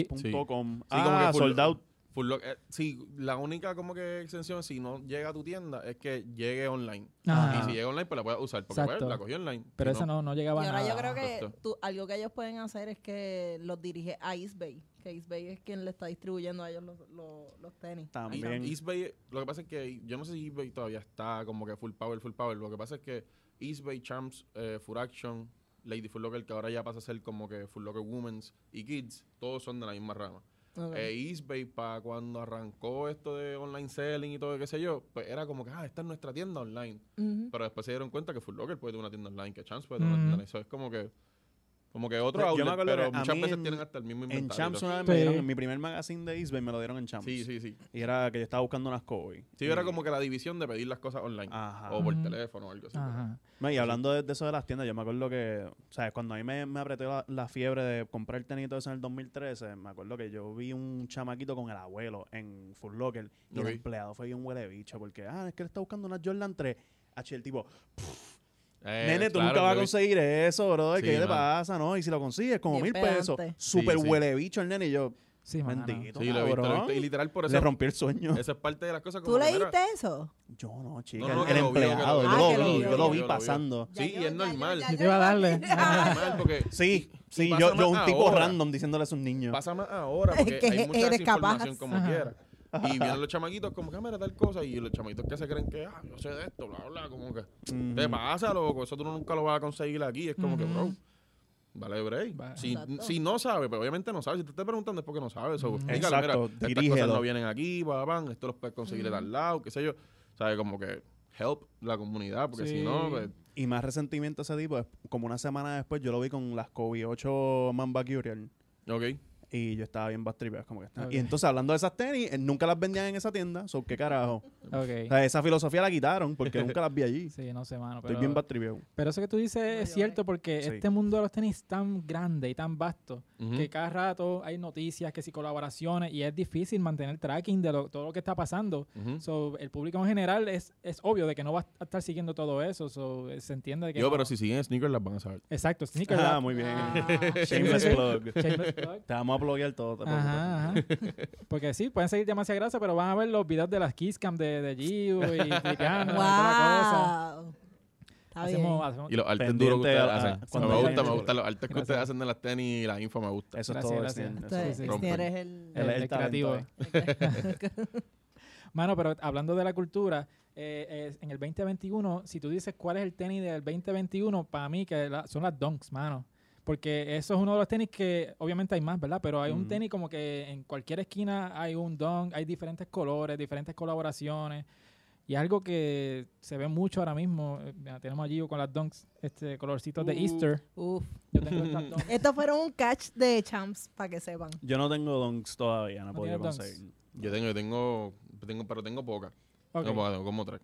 Champs.com. Sí, como Ah, que full- sold out. Full Lock- eh, sí, la única como que exención, si no llega a tu tienda, es que llegue online. Ajá. Y si llega online, pues la puedes usar. Porque Ah. Exacto. pues, la cogí online. Pero Si eso no, no llegaba Y a ahora nada. yo creo que Exacto. tú- algo que ellos pueden hacer es que los dirige a East Bay, que East Bay es quien le está distribuyendo a ellos los, los, los tenis. Y- También. Eastbay, lo que pasa es que yo no sé si Eastbay todavía está como que full power, full power. Lo que pasa es que Eastbay, Champs, eh, Full Action, Lady Full Locker, que ahora ya pasa a ser como que Full Locker Women's y Kids, todos son de la misma rama. Ok. Eh, Eastbay, para cuando arrancó esto de online selling y todo, qué sé yo, pues era como que, ah, esta es nuestra tienda online. Ujú. Pero después se dieron cuenta que Full Locker puede tener una tienda online, que Chance puede tener Ujú. una tienda online. Eso es como que, como que otro Pues, Yo me outlet, acuerdo pero que a muchas mí veces en- tienen hasta el mismo En inventario. Champs entonces- una vez me Sí. dieron, en mi primer magazine de Eastbay me lo dieron en Champs. Sí, sí, sí. Y era que yo estaba buscando unas Kobe. Sí, Y- era como que la división de pedir las cosas online. Ajá. O por Ujú. teléfono o algo así. Ajá. No, y hablando de, de eso de las tiendas, yo me acuerdo que, ¿sabes? Cuando a mí me, me apretó la, la fiebre de comprar tenis y todo eso en el 2013, me acuerdo que yo vi un chamaquito con el abuelo en Full Locker y Ok. el empleado fue bien huele bicho porque, ah, es que él está buscando una Jordan 3. H, el tipo, Eh, nene, tú claro, nunca vas a porque- conseguir eso, brother, Sí, ¿qué te mano. pasa, no? Y si lo consigues, como mil Bien pesos. pedante. Súper Sí, sí. huele bicho el nene y yo, Sí, mano. bendito, Sí, lo he visto, lo he cabrón. visto. Y literal por Le eso. rompí el sueño. Esa es parte de las cosas como ¿Tú que, mira, leíste eso? Yo no, chica, No, no, el, que el lo vio, que lo empleado, vio. yo lo Ah, que lo vi, yo vio, lo que vi lo vio. pasando. Sí, Ya y yo- es ya yo- normal. ya ¿Qué yo- te va a darle? Ah. (laughs) ya- Es (laughs) normal porque Sí, sí, pasa yo, yo más un tipo ahora. random diciéndole a sus niños. pasa más ahora Es porque que hay mucha eres capaz. desinformación como Ajá. quiera. Y vienen los chamaquitos como que "Ah, mira tal cosa y los chamaquitos que se creen que ah, yo sé de esto, bla, bla, como que Ujú. te pasa, loco, eso tú nunca lo vas a conseguir aquí, es como que, bro, Ujú. vale break. Va- Si, Exacto. si no sabe, pero obviamente no sabe, si te estás preguntando es porque no sabe, eso Ujú. explícalo, mira, Exacto, estas cosas dirígelo. no vienen aquí, va, van, esto los puedes conseguir de tal lado, qué sé yo, sabe como que help la comunidad, porque si no, Sí. pues, Y más resentimiento ese tipo, es- como una semana después, yo lo vi con las Kobe 8 Mamba Curial. ok. Y yo estaba bien bastripeado, como que está. Ok. Y entonces, hablando de esas tenis, eh, nunca las vendían en esa tienda. So, ¿qué carajo? O Ok. sea, esa filosofía la quitaron porque nunca las vi (laughs) allí. Sí, no sé, mano. Estoy bien Pero, bastripeado. pero eso que tú dices No, es yo- cierto porque Sí. este mundo de los tenis es tan grande y tan vasto Ujú. que cada rato hay noticias, que si colaboraciones y es difícil mantener tracking de lo- todo lo que está pasando. Ujú. So, el público en general es, es obvio de que no va a estar siguiendo todo eso. So, eh, se entiende de que. Yo, no- pero si siguen sneakers las van a saber. Exacto, Sneaker Ah, Lab. (laughs) muy bien. (laughs) Ah. Shameless Sí, sí, sí. (laughs) plug. Shameless Plug. Te vamos a pluguear todo. te preocupes. Ajá, ajá. Porque sí, pueden seguir demasiada grasa, pero van a ver los videos de las Kiss Cam de, de Gio y (laughs) Tripiano y toda la cosa. ¡Wow! Está Hacemos, bien. hacemos- Y los artes Pendiente duros que ustedes a- hacen. a- O sea, cuando me haya gusta, me gente. gustan los artes que ustedes Gracias. hacen de las tenis y la info me gusta. Eso Gracias, es todo. gracias. Sien, eso Tú- es- sí, tú rompen. eres el... Él es el creativo. talento Mano, pero hablando de la cultura, eh, eh, en el 2021, si tú dices cuál es el tenis del 2021, para mí que la- son las Dunks, mano. Porque eso es uno de los tenis que, obviamente hay más, ¿verdad? Pero hay un Ujú. tenis como que en cualquier esquina hay un Dunk, hay diferentes colores, diferentes colaboraciones. Y es algo que se ve mucho ahora mismo. Eh, mira, Tenemos allí con las Dunks, este colorcitos de Uh. Easter. (laughs) Uf. Yo tengo estas Dunks. Estos fueron un catch de champs, para que sepan. Yo no tengo donks todavía, no he ¿No podido tienes donks? conseguir. Yo tengo, yo tengo, tengo pero tengo pocas. Ok. Tengo pocas, tengo como tres.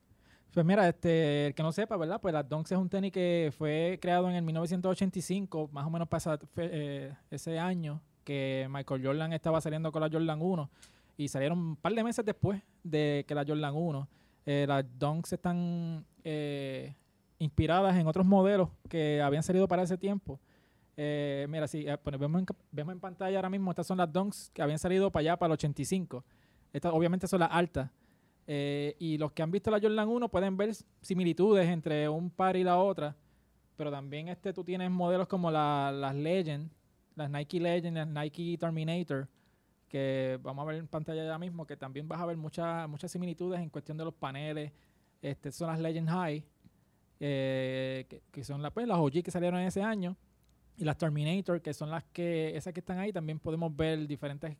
Pues mira, este, el que no sepa, ¿verdad? Pues las Dunks es un tenis que fue creado en el 1985, más o menos pasa fe- eh, ese año que Michael Jordan estaba saliendo con la Jordan 1 y salieron un par de meses después de que la Jordan 1. Eh, las Dunks están eh, inspiradas en otros modelos que habían salido para ese tiempo. Eh, mira, sí, eh, pues vemos, en, ca- vemos en pantalla ahora mismo, estas son las Dunks que habían salido para allá, para el 85. Estas obviamente son las altas. Eh, y los que han visto la Jordan 1 pueden ver s- similitudes entre un par y la otra. Pero también este, tú tienes modelos como la- las Legend, las Nike Legend, las Nike Terminator, que vamos a ver en pantalla ya mismo, que también vas a ver muchas muchas similitudes en cuestión de los paneles. Este, son las Legend High, eh, que, que son la, pues, las OG que salieron en ese año. Y las Terminator, que son las que, esas que están ahí, también podemos ver diferentes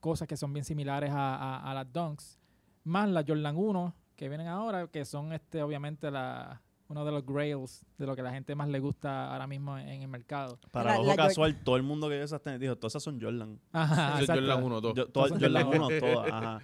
cosas que son bien similares a, a- a las Dunks más la Jordan 1 que vienen ahora, que son este obviamente la, uno de los grails de lo que la gente más le gusta ahora mismo en, en el mercado. Para La- ojo la Jordan- casual, todo el mundo que yo esas tenis dijo, todas esas son Jordan. Ajá, Yo- yo Ah, exacto. en las uno, dos. Yo, todas, Esas son Jordan Jordan. 1, todas, ajá.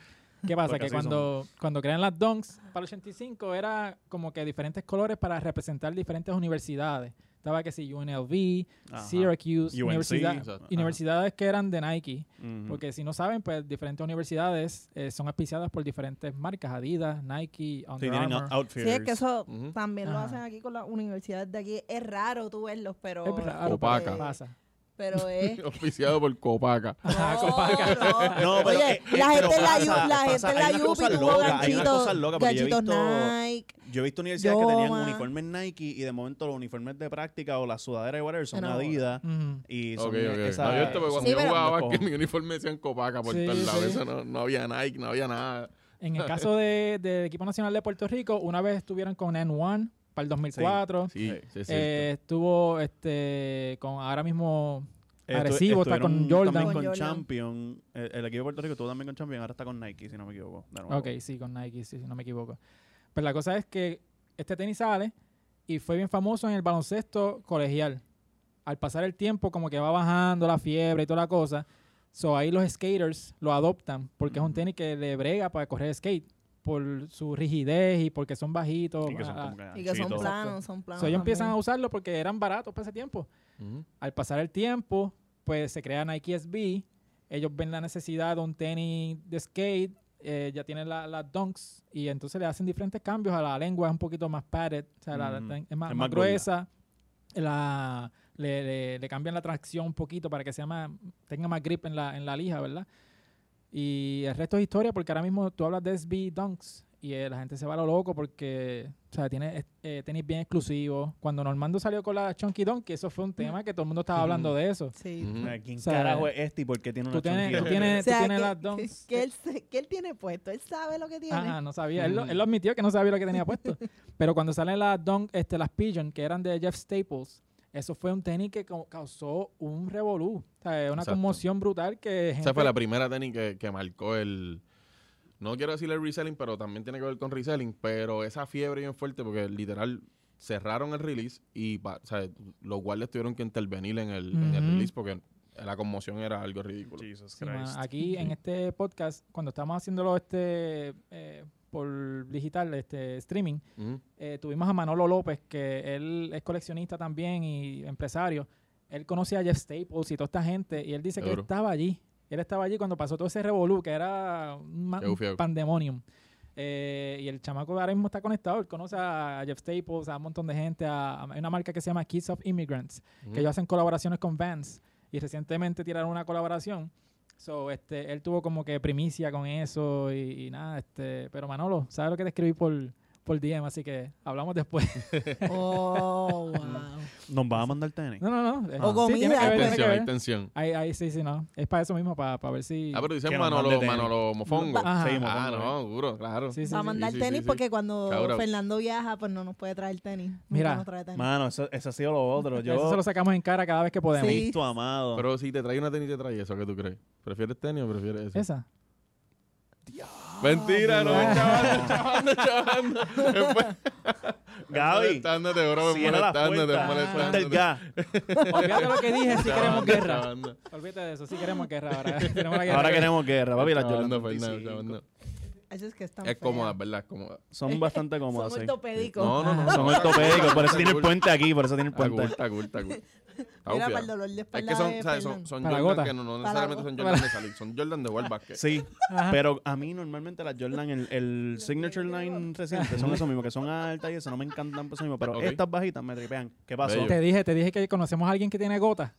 ¿Qué pasa? Porque Que así son. cuando, cuando crean las Dunks para el 85 era como que diferentes colores para representar diferentes universidades. Estaba que si UNLV, ajá. Syracuse, UNC, universidad- exacto. universidades que eran de Nike. Ujú. Porque si no saben, pues diferentes universidades eh, son auspiciadas por diferentes marcas, Adidas, Nike, Sí, Under tienen Armour. out- Sí, outfitters. es que eso Ujú. también lo Ajá. hacen aquí con las universidades de aquí. Es raro tú verlos, pero... Es raro, Opaca. pero pasa. (laughs) Pero es... (laughs) Oficiado por Copaca. Ajá, (laughs) No, Copaca. no. No, pero, Oye, eh, eh, la gente pero en la, pasa, U- la pasa. gente en Hay la unas UPI cosas tuvo locas, hay unas ganchitos, cosas locas, porque yo he ganchitos visto- Nike. Yo he visto universidades que tenían ah. Yoma. uniformes Nike y de momento los uniformes de práctica o la sudadera y whatever son No. Adidas. Ujú. Y Ok, son ok. esa- No, yo esto, porque cuando Sí, yo pero- jugaba, Los que en mi uniforme decían Copaca por Sí, todos lados. sí. Eso no, no había Nike, no había nada. En el caso eh. de- del equipo nacional de Puerto Rico, una vez estuvieron con N1 para el 2004. Sí, Sí. sí, sí. Eh, estuvo este con ahora mismo Estu- Arecibo está con estuvieron Jordan. También con, Con Jordan. Champion. El, el equipo de Puerto Rico estuvo también con Champion. Ahora está con Nike, si no me equivoco. de nuevo. Ok, sí, con Nike, sí, si no me equivoco. Pues la cosa es que este tenis sale y fue bien famoso en el baloncesto colegial. Al pasar el tiempo, como que va bajando la fiebre y toda la cosa. So ahí los skaters lo adoptan porque es un Ujú. tenis que le brega para correr skate por su rigidez y porque son bajitos. Y que son ah, como que Y que son anchitos. planos, son planos. So, ellos empiezan a también. usarlo porque eran baratos para ese tiempo. Ujú. Al pasar el tiempo, pues se crea Nike SB. Ellos ven la necesidad de un tenis de skate. eh, ya tienen la- las dunks. Y entonces le hacen diferentes cambios. A la lengua es un poquito más padded. O sea, la- la- Ujú. es más, Es más más gruesa. La, le, le- le cambian la tracción un poquito para que sea más, tenga más grip en la, en la lija, ¿verdad? Y el resto es historia porque ahora mismo tú hablas de SB Dunks y eh, la gente se va a lo loco porque, o sea, tiene eh, eh, tenis bien exclusivos. Cuando Normando salió con la Chunky Dunk, eso fue un tema que todo el mundo estaba hablando de eso. Sí. Ujú. Eh, ¿Quién O sea, carajo es este y por qué tiene una Tú tienes, tú chonquilla? tienes, O sea, tú tienes que- las Dunks. (laughs) Que él, se- que él tiene puesto, él sabe lo que tiene. Ajá, no sabía. Él, lo, él lo admitió que no sabía lo que (laughs) tenía puesto. Pero cuando salen las Dunk, este, las Pigeon, que eran de Jeff Staples, eso fue un tenis que ca- causó un revolú. O sea, una Exacto. conmoción brutal que gente Esa fue la primera tenis que, que marcó el. No quiero decirle el reselling, pero también tiene que ver con reselling. Pero esa fiebre bien fuerte, porque literal cerraron el release y pa- o sea, los guardias tuvieron que intervenir en el, en el Ujú. release porque la conmoción era algo ridículo. Jesus Sí, mano, Christ. (laughs) aquí en este podcast, cuando estábamos haciéndolo este eh, por digital, este streaming, Ujú. eh, tuvimos a Manolo López, que él es coleccionista también y empresario. Él conocía a Jeff Staples y toda esta gente, y él dice que él Seguro. estaba allí. Él estaba allí cuando pasó todo ese revolú, que era un, ma- Qué un bufiado. pandemonium. Eh, y el chamaco ahora mismo está conectado, él conoce a Jeff Staples, a un montón de gente, a, a- hay una marca que se llama Kids of Immigrants, que Ujú. ellos hacen colaboraciones con Vans. y recientemente tiraron una colaboración. So, este, él tuvo como que primicia con eso y, y nada, este, pero Manolo, ¿sabes lo que te escribí por, por DM? Así que hablamos después. (laughs) (laughs) Oh, wow. Nos va a mandar tenis. No, no, no. eh, O sí, tiene comida, que Hay ver, tiene que tensión, hay ver. tensión. Ahí, ahí sí, sí, no. Es para eso mismo, para, para ver si... Ah, pero dicen Que nos mande Manolo, tenis. Manolo Mofongo. Ajá. Sí, Ah, mofongo, no, seguro, claro. Sí, sí, Va a sí. mandar sí, sí, tenis sí. porque cuando Cabrón. Fernando viaja, pues no nos puede traer tenis. Nunca Mira. nos trae tenis. Mano, eso, eso ha sido lo otro. Yo, Eso se lo sacamos en cara cada vez que podemos. Sí. Cristo amado. Pero si te trae una tenis, te trae eso, ¿qué tú crees? ¿Prefieres tenis o prefieres eso? Esa. Mentira, no, Ah. chavando, chavando, chavando. Gaby, Molestándote, bro, Cierra la molestándote, puerta. Suelta el molestándote. gas. Olvídate lo que dije, si queremos Chavando, guerra. chavando. Olvídate de eso, si queremos guerra ahora. Tenemos la guerra Ahora que- queremos guerra, papi. Las Chavando, Jordan Fernando, 25. chavando. Eso es que están Es cómoda, ¿verdad? Es cómoda. (laughs) Son bastante cómodas, Son sí. ortopédicos. No, no, no. Son está cool, ortopédicos, por eso está tiene el cool. puente aquí, por eso tiene el Está cool, puente. está cool, está cool. Está (laughs) Mira, gufiado. para el dolor de Es espalda que son, de ¿sabes? Fernan. son, son Para la Jordan gota. que no, no Para la necesariamente gota. son Jordan de salir, son Jordan de jugar básquet. Sí, Ajá. pero a mí normalmente las Jordan, el, el signature line reciente, (laughs) son eso mismo, que son altas y eso, no me encantan por eso mismo, pero Ok. estas bajitas me tripean. ¿Qué pasó? Bello. Te dije, te dije que conocemos a alguien que tiene gota.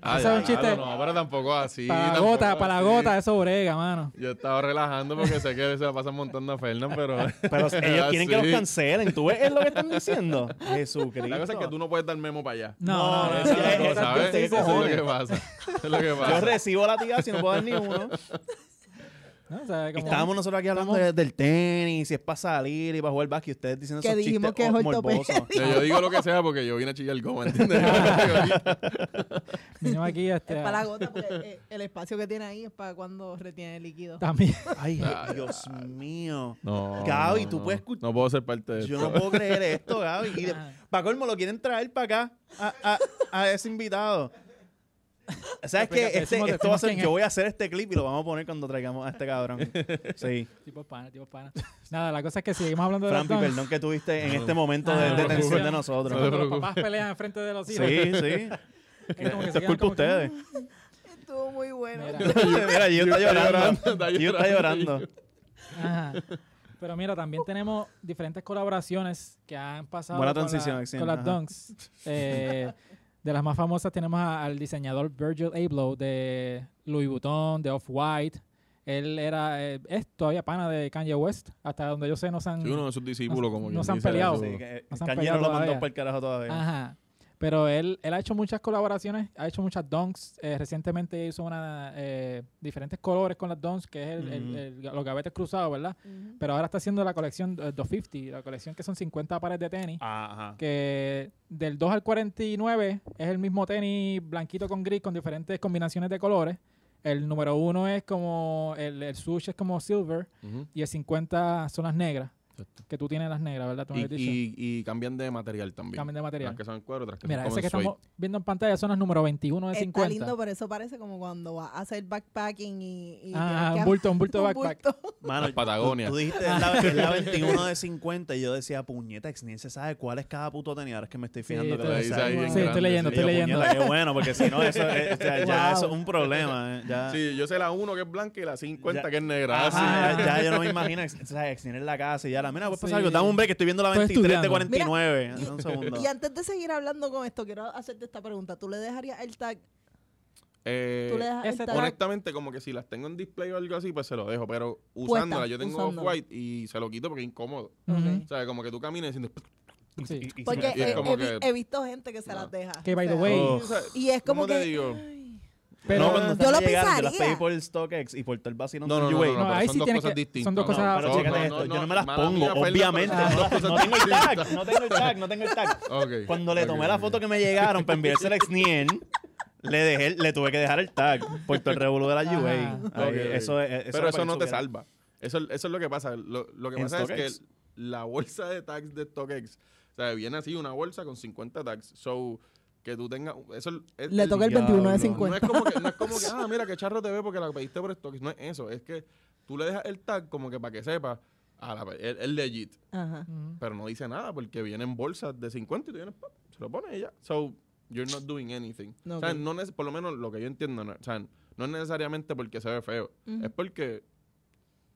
Ah, Ese es un diablo, chiste. No, pero tampoco así. para la tampoco gota, para la así. gota, eso brega, mano. Yo estaba relajando porque sé que se la pasan montando a Fernan, pero... (laughs) (laughs) Pero ellos Ah, quieren que los sí. cancelen, ¿tú ves es lo que están diciendo? Jesucristo. La cosa es que tú no puedes dar memo para allá. No, No, no, no, eso no, es- no, eso no, es- no, ¿Sabes? sí, Eso es lo cojones. que pasa. Eso es lo que Yo pasa. recibo la tía si no puedo dar ni uno. no, o sea, como- Estábamos nosotros aquí hablando de- del tenis, si es para salir y para jugar básquet, y ustedes diciendo Que esos chistes dijimos que es oh, morbosos. O sea, yo digo lo que sea porque yo vine a chillar como, ¿entiendes? vinimos aquí este, Es para la gota porque eh, el espacio que tiene ahí es para cuando retiene el líquido. (laughs) también. Ay, Ay, Dios mío. (laughs) No. Gaby, no, tú no. puedes escuchar- No puedo ser parte de Yo esto. no puedo creer esto, Gaby. Y de- Ah. pa' colmo, lo quieren traer para acá a, a- a ese invitado. ¿Sabes Explica- qué? Este- decimos- esto va a ser, decimos quién yo es. voy a hacer este clip y lo vamos a poner cuando traigamos a este cabrón. Sí. tipo pana, tipo pana. Nada, la cosa es que seguimos hablando de Frampi, los dones. perdón que tuviste en este momento de, Ah, de no, tensión no, de no. nosotros. Cuando los preocupes. papás pelean frente de los hijos. Sí, sí. es como que se Esto es quedan culpa de como que, ustedes. Estuvo muy bueno. Mira. Mira, yo está llorando. está Yo está llorando. Ajá. (laughs) Pero mira, también tenemos diferentes colaboraciones que han pasado Buena con, la- transición, con las ajá. (laughs) Dunks. Eh, de las más famosas tenemos a- al diseñador Virgil Abloh de Louis Vuitton, de Off-White. Él era, eh, es todavía pana de Kanye West. Hasta donde yo sé no se han... Soy uno de sus discípulos, como No quien se han dice, peleado. eso. Sí, que- eh, No se han Kanye no peleado lo mandó todavía. para el carajo Ah. todavía. Ajá. Pero él, él ha hecho muchas colaboraciones, ha hecho muchas donks. eh, recientemente hizo una eh, diferentes colores con las donks, que es el- el- Ujú. el- los gavetes cruzados, ¿verdad? Ujú. Pero ahora está haciendo la colección eh, 250, la colección que son 50 pares de Ah. tenis, Ajá. que del 2 al 49 es el mismo tenis blanquito con gris con diferentes combinaciones de colores. El número 1 es como, el, el sush es como silver Ujú. y el 50 son las negras, Exacto. que tú tienes las negras, ¿verdad? Tú me Y, habías dicho. y, y cambian de material también. Cambian de material. Las que son en cuero, otras que Mira, son como ese que en suede. estamos viendo en pantalla son las número 21 de Está 50. lindo, pero eso parece como cuando vas a hacer backpacking y... y ah, tienes un que- bulto, un bulto un de backpack. bulto. Mano, Las Patagonias. Tú, tú dijiste es Ah. la, (laughs) es la 21 de 50 y yo decía, puñeta, ex, ni se sabe cuál es cada puto tenis. Ahora es que me estoy fijando. Sí, que tú- lo Ahí, dice ahí, ahí. bien Sí, estoy grande, leyendo, sí. estoy Yo, leyendo. puñeta, qué bueno, porque si no, eso es, o sea, ya Wow. eso es un problema. eh, Ya, Sí, yo sé la 1 que es blanca y la 50 Ya. que es negra. Ah, así. sí, ya, ya yo no me imagino, ex, o sea, ex, ni en la casa y ya la, mira, pues pasa Sí. algo, dame un break, estoy viendo la Estoy 23 de estudiando. 49. Dame un segundo. Y antes de seguir hablando con esto, quiero hacerte esta pregunta. ¿Tú le dejarías el tag? Eh, ¿Tú le dejas ese el tag? honestamente, como que si las tengo en display o algo así, pues se lo dejo. Pero usándola, yo tengo usándola. off-white y se lo quito porque es incómodo. Ujú. O sea, como que tú caminas diciendo... Sí. Y- y- Porque eh, Y es he, como he vi- que- he visto gente que se No. las deja. Que, by the O sea, way, Oh. Y es como ¿Cómo te que- digo? Pero No, cuando Yo lo llegaron, yo las pensaría. pedí por el StockX y por todo el vacío. No, no, no, no, no, No, pero ahí son sí dos tienes cosas que- distintas. son dos cosas- no, Pero no, chécate esto, yo no me las mala pongo, mía, Fernan, obviamente. pero son dos No, no cosas tengo (laughs) el tag, no tengo el tag, no tengo el tag. (laughs) Ok, Cuando le ok, tomé la ok. foto que me llegaron para enviársela a Xnien, le dejé, le tuve que dejar el tag por todo el revolú de la Ajá. UA. Ay, Ok, ok. Eso es, eso Pero me eso no pareció te que- salva. Eso, eso es lo que pasa. Lo, lo que ¿En pasa es StockX? que la bolsa de tags de StockX, o sea, viene así una bolsa con 50 tags. So, que tú tengas... Eso, es- Le toca el Diablo. No, 21 de no es 50. No es como que, no es (laughs) como que, ah, mira, que charro te ve porque la pediste por StockX. No es eso. Es que tú le dejas el tag como que para que sepa, ah, la, es, es legit. Ajá. Ujú. Pero no dice nada porque vienen bolsas de 50 y tú vienes, pop, se lo pones y ya. So, you're not doing anything. O sea, Ok. no neces- por lo menos lo que yo entiendo, no, o sea, no es necesariamente porque se ve feo. Ujú. Es porque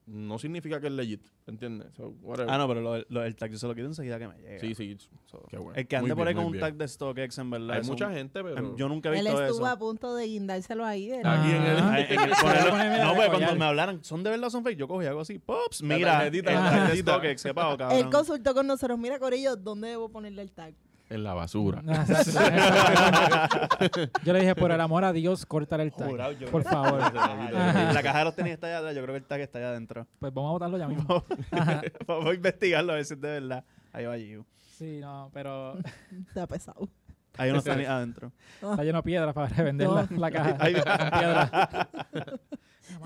no significa que es legit, ¿entiendes? So, whatever. Ah, no, pero lo, lo- el tag yo se lo quito enseguida que me llegue. Sí, sí. So, Qué bueno. El que Muy ande por ahí bien, con muy un bien. tag de StockX, en verdad. Hay es mucha un- gente, pero... em, Yo nunca he Él visto estuvo a eso. punto de guindárselo ahí. de Ah, la- Aquí (laughs) en el- Ay, en el ponerlo- Ponerme la no, de pues collar. cuando me hablaron, ¿son de verdad o son fake? Yo cogí algo así, pops, La mira, el tarjetita, la tag de tarjetita. StockX, qué pavo, Él cabrón. consultó con nosotros, mira Corillo, ¿dónde debo ponerle el tag? En la basura. No, Ah, exacto. (laughs) Yo le dije, por el amor a Dios, cortar el tag. Jurado, yo- Por favor. Ajá. La caja de los tenis está allá atrás, yo creo que el tag está allá adentro. Pues vamos a votarlo ya (laughs) mismo. Vamos a investigarlo a ver si es de verdad. Ahí va Giu. Sí, no, pero Está pesado. Hay unos tenis adentro. está lleno de piedras para revender la, la caja. Ahí va. Con piedras. (laughs)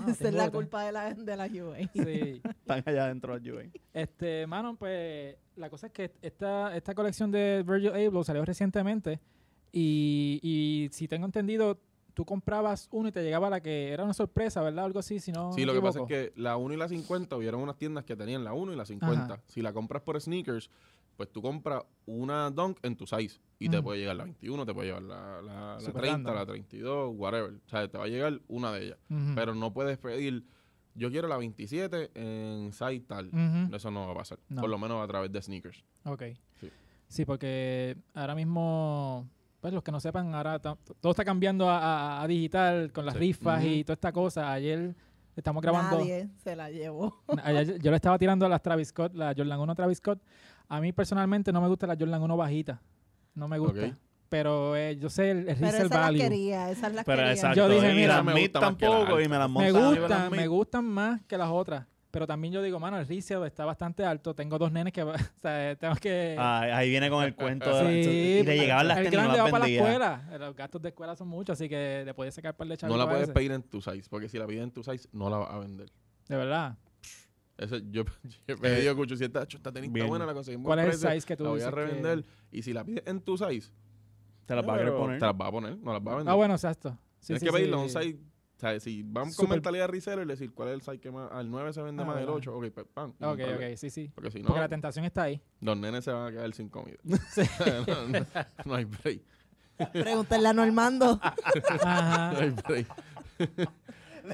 Esa es la culpa de la, de la UA. (laughs) Sí. Están allá adentro los Juve. Este, mano, pues la cosa es que esta, esta colección de Virgil Abloh salió recientemente y, y si tengo entendido, tú comprabas uno y te llegaba la que era una sorpresa, ¿verdad? Algo así, si no Sí, lo que pasa es que la 1 y la 50 hubieron unas tiendas que tenían la 1 y la 50. Ajá. Si la compras por sneakers, pues tú compras una Dunk en tu size y te Ujú. puede llegar la 21, te puede llegar la, la- la Mm. Super 30, random. la 32, whatever. O sea, te va a llegar una de ellas. Ujú. Pero no puedes pedir, yo quiero la 27 en size tal. Ujú. Eso no va a pasar. Mm. No. Por lo menos a través de sneakers. Ok. Sí. Sí. porque ahora mismo, pues los que no sepan, ahora ta- todo está cambiando a, a- a digital con las Sí. rifas y Ujú. toda esta cosa. Ayer estamos grabando. (laughs) Nadie se la llevó. ayer yo le estaba tirando a las Travis Scott, la Jordan 1 Travis Scott. A mí personalmente no me gusta la Jordan 1 bajita. No me gusta. Ok. Pero eh, yo sé el, el Pero resale esas las value. quería, esas las Pero quería. exacto. Yo dije, y mira, las me mid gusta más que la tampoco alta. y me las Me montan. arriba de gustan, las mid. me gustan más que las otras. Pero también yo digo, mano, el resale está bastante alto. Tengo dos nenes que, (laughs) o sea, tengo que... Ah, Ay, ahí viene con el cuento de Sí, y le llegaban las el tenis y no grande va las para la vendía. escuela. eh, Los gastos de escuela son muchos, así que le podías sacar par de no chavitos la a puedes veces. pedir en tu size, porque si la pides en tu size, no la vas a vender. De verdad. Eso, yo, (laughs) yo he pedido que 800, "Acho, esta tenis Bien. está buena, la conseguimos. Eh, ¿Cuál es el size que tú La voy dices a que- revender. Y si la pides en tu size, Te las va a querer Pero poner. Te las va a poner, no las va a vender. Ah, bueno, exacto. Sí, Tienes sí, que sí. pedirle a un site. O sea, si vamos Súper- con mentalidad reseller y decir cuál es el site que más. Al 9 se vende Ah, más, del bueno. 8, ok, pues pam. y Ok, comprarle. ok, sí, sí. Porque si no, Porque la tentación está (laughs) ahí. los nenes se van a quedar (laughs) sin comida. (laughs) Sí. no, no- no hay break. Pregúntale a Normando. Ajá. No hay break. (laughs)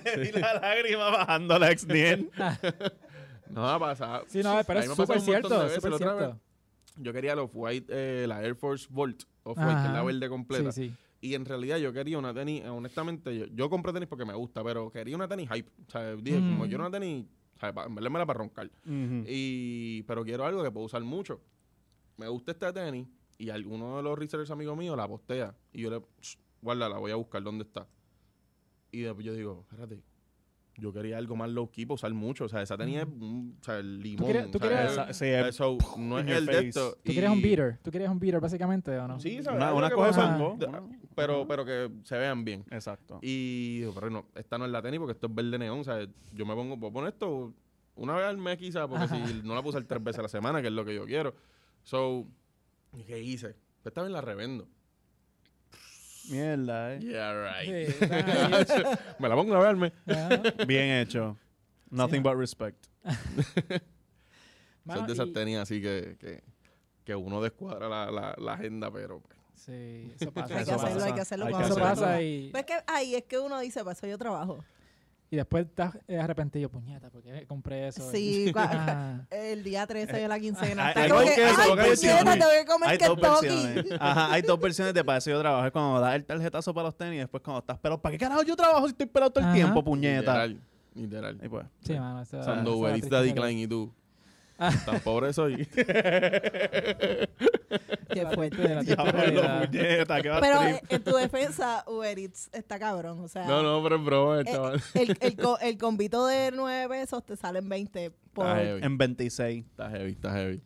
Le vi la lágrima bajando la ex -10. No va a pasar. Sí, no, pero A es mí me pasó súper un montón de cierto, veces. súper La otra cierto. Yo quería los white, eh, la Air Force Volt, off white, que es Ajá. la verde completa. Sí, sí. Y en realidad yo quería una tenis, eh, honestamente, yo, yo compré tenis porque me gusta, pero quería una tenis hype. O sea, dije, Mm. como quiero una tenis, o sea, pa- en verdad me la para roncar. Y, pero quiero algo que puedo usar mucho. Me gusta este tenis y alguno de los resellers amigos míos la postea. Y yo le, "Ch, guárdala, voy a buscar dónde está. Y después yo digo, espérate, yo quería algo más low key para usar mucho. O sea, esa tenis es un- o sea, el limón. querías- tú o sea, querías- es- Esa- eh, Sí, es- eso no in es your el face. de esto. ¿Tú y- querías un beater? ¿Tú querías un beater, básicamente, o no? Sí, ¿sabes? una Algo una que coge puedo- pueda- fango. de- una- Pero, pero que se vean bien. Exacto. Y digo, pero no, esta no es la tenis porque esto es verde neón. O sea, yo me pongo, puedo poner esto una vez al mes quizá, porque Ajá. si no la puse tres veces a la semana, que es lo que yo quiero. So, ¿y ¿qué hice? Pues esta vez la revendo. Mierda, eh. Yeah, (laughs) right. Sí, está ahí. me la pongo una vez al mes. Ajá. Bien hecho. Nothing but respect. Mano, Son de esas y- tenis así que, que, que uno descuadra la, la, la agenda, pero pues, Sí, eso pasa. Hay que eso pasa. hacerlo, hay que hacerlo Hay que Eso cuando se hacerlo. pasa gradúa. y... Pues que ahí es que uno dice, "Pues pasó yo trabajo. Y después estás eh, arrepentido, puñeta, porque compré eso. Sí, (laughs) cua- Ah. el día 13 de la Hay- quincena. hay Está como dos que, quesos, ay, dos versiones. puñeta, tengo que comer Hay dos versiones. Kentucky. (laughs) Ajá, hay dos versiones de para eso yo trabajo. Es cuando das el tarjetazo para los tenis y después cuando estás pelado. ¿Para qué carajo yo trabajo si estoy pelado todo el Ajá. tiempo, puñeta? literal, literal. Y pues, Sí, mano. eso- Son eso dos es Uber Eats, triste Daddy realidad. Klein y tú. Ah. Tan pobre (laughs) soy. Qué fuerte. (laughs) Era triste diablo, realidad. puñeta, qué va Pero trip. eh, en tu defensa, Uber Eats está cabrón. O sea, No, no, pero es broma, el eh, chaval. El, (laughs) el, co- el combito de 9 pesos te salen 20 por Está heavy, En 26. está heavy, está heavy.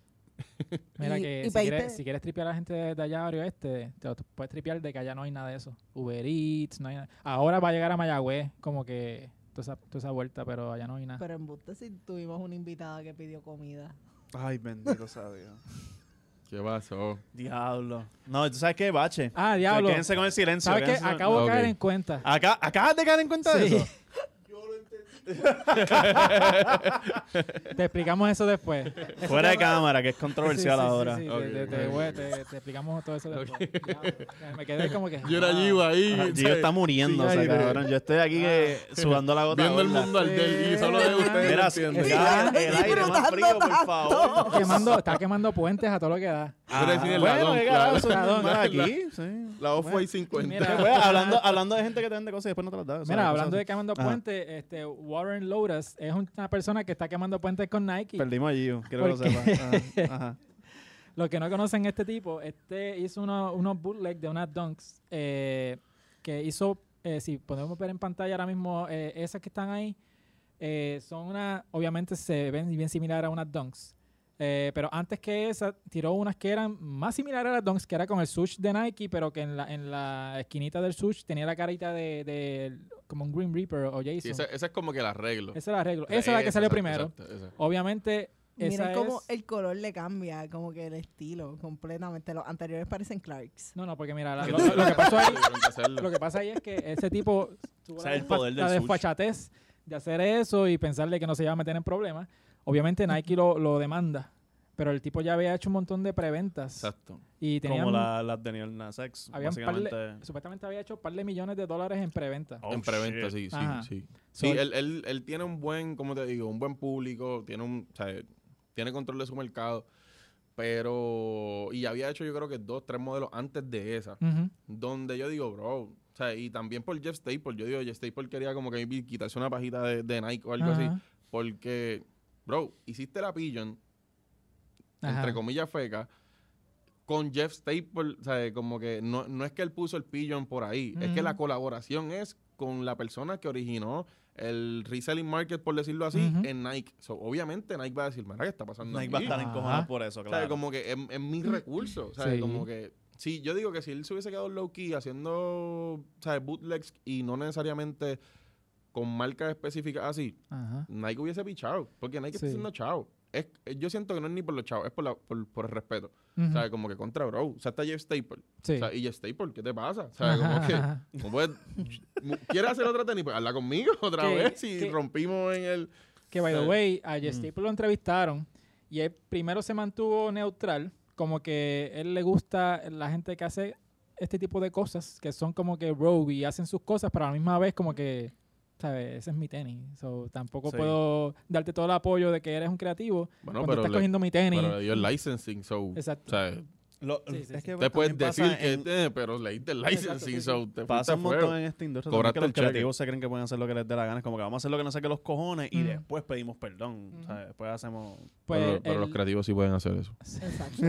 Mira Y- que y si, pediste- quieres, si quieres tripear a la gente de, de allá, Ario Este, te lo t- puedes tripear de que allá no hay nada de eso. Uber Eats, no hay nada. Ahora va a llegar a Mayagüez, como que toda esa, toda esa vuelta, pero allá no hay nada. Pero en Buste sí tuvimos una invitada que pidió comida. Ay, bendito sea Dios. ¿Qué pasó? Diablo. No, ¿tú sabes qué, Bache? ah, diablo. Quédense con el silencio. Ah. ¿Sabes qué? quédense con- Acabo de Ok. caer en cuenta. Acá, ¿Acabas de caer en cuenta de Sí. eso? Te explicamos eso después. Fuera de cámara, que es Sí, sí, controversial sí, ahora. sí, Ok, te- te- te ok. voy- te- te explicamos todo eso después. Ya, Me quedé como que. "Ah". Yo era wow. Givo ahí. Ajá, ¿sabes? Gio está muriendo, o sea, Sí, cabrón. Yo estoy aquí que Ah. sudando la gota. Viendo el gorda. mundo al del y solo de ustedes. Mira, no entienden. sí, mira, Estoy el aire más disfrutando frío, por tanto. favor. Quemando, está quemando puentes a todo lo que da. Quiero decir ah, el bueno, ladón, qué claro. carajo, eso no es Ladón. nada aquí, (laughs) sí. La off hay 50. Mira, Pues, hablando, hablando de gente que te vende cosas y después no te las da. o sea, Mira, cosas hablando de así. quemando Ajá. puentes, este, Warren Lotus es una persona que está quemando puentes con Nike. Perdimos a Gio, quiero que lo Porque- sepas. Ajá, (laughs) ajá. Los que no conocen este tipo, este hizo uno- unos bootlegs de unas dunks eh, que hizo, eh, si podemos ver en pantalla ahora mismo, eh, esas que están ahí, eh, son una, obviamente se ven bien similar a unas dunks. Eh, pero antes que esa, tiró unas que eran más similares a las dunks, que era con el switch de Nike, pero que en la, en la esquinita del switch tenía la carita de, de- como un Green Reaper o Jason. Sí, esa, esa es como que el arreglo. Esa la arreglo. Esa es la que salió exacto, primero. exacto, esa. Obviamente, esa Miren cómo es... el color le cambia, como que el estilo completamente. Los anteriores parecen Clarks. No, no, porque mira, la- Que lo, no- lo que pasó (laughs) ahí... tuvieron que hacerlo. Lo que pasa ahí es que ese (laughs) tipo tuvo O sea, la, el poder desfa- la del sushi. desfachatez de hacer eso y pensarle que no se iba a meter en problemas. Obviamente Nike lo, lo demanda, pero el tipo ya había hecho un montón de preventas Exacto. y tenían, Como la- las de Daniel Nasex, habían par de- básicamente. supuestamente había hecho un par de millones de dólares en preventa. Oh, en preventa, shit. sí, sí, Ajá. sí. Sí, So- él, él, él tiene un buen, como te digo, un buen público, tiene un, o sea, tiene control de su mercado, pero y había hecho yo creo que dos, tres modelos antes de esa, Ujú. donde yo digo, bro, o sea, y también por Jeff Staple, yo digo, Jeff Staple quería como que maybe quitarse una pajita de, de Nike o algo así, Ajá. porque, bro, hiciste la pigeon, Ajá. entre comillas feca, con Jeff Staple, o sea, como que no, no es que él puso el pigeon por ahí, es que Ujú. la colaboración es con la persona que originó el reselling market, por decirlo así, Ujú. en Nike. So, obviamente Nike va a decir, mira, ¿qué está pasando Nike va a aquí?" estar Ajá. encojonado por eso, O sea, claro. como que es, es mi recurso, o sea, Sí. como que... Sí, yo digo que si él se hubiese quedado low key haciendo, ¿sabes? Bootlegs y no necesariamente con marcas específicas así, Ajá. Nike hubiese pichado, porque Nike está Sí. haciendo chao. Es, yo siento que no es ni por los chavos, es por, la- por, por el respeto. Ujú. O sea, como que contra bro. O sea, está Jeff Staple. Sí. O sea, y Jeff Staple, ¿qué te pasa? O sea, como Ajá, (laughs) que... ajá. No puedes, mu- ¿Quieres hacer otra tenis? Pues habla conmigo (laughs) otra Que- vez y que- rompimos en el... Que, by the Sí. way, a Jess Mm. Staple lo entrevistaron y él primero se mantuvo neutral, como que él le gusta la gente que hace este tipo de cosas, que son como que rogue y hacen sus cosas, pero a la misma vez como que, ¿sabes? Ese es mi tenis. So, tampoco Sí. puedo darte todo el apoyo de que eres un creativo Bueno, cuando pero estás le, cogiendo mi tenis. pero le dio el licensing, so... O Exacto. sea, Lo- Sí, sí, es que sí. pues, te puedes también pasa decir que... en- eh, pero le diste el licensing, Exacto, sí, sí. so... Te Pasa fuiste un fuego. montón en esta industria. también Cobraste que los el cheque. creativos se creen que pueden hacer lo que les dé la gana. Es como que vamos a hacer lo que nos saque los cojones y Mm. después pedimos perdón. Ujú. o sea, Después hacemos. Pues pero pero los el- creativos sí pueden hacer eso. (laughs) Exacto.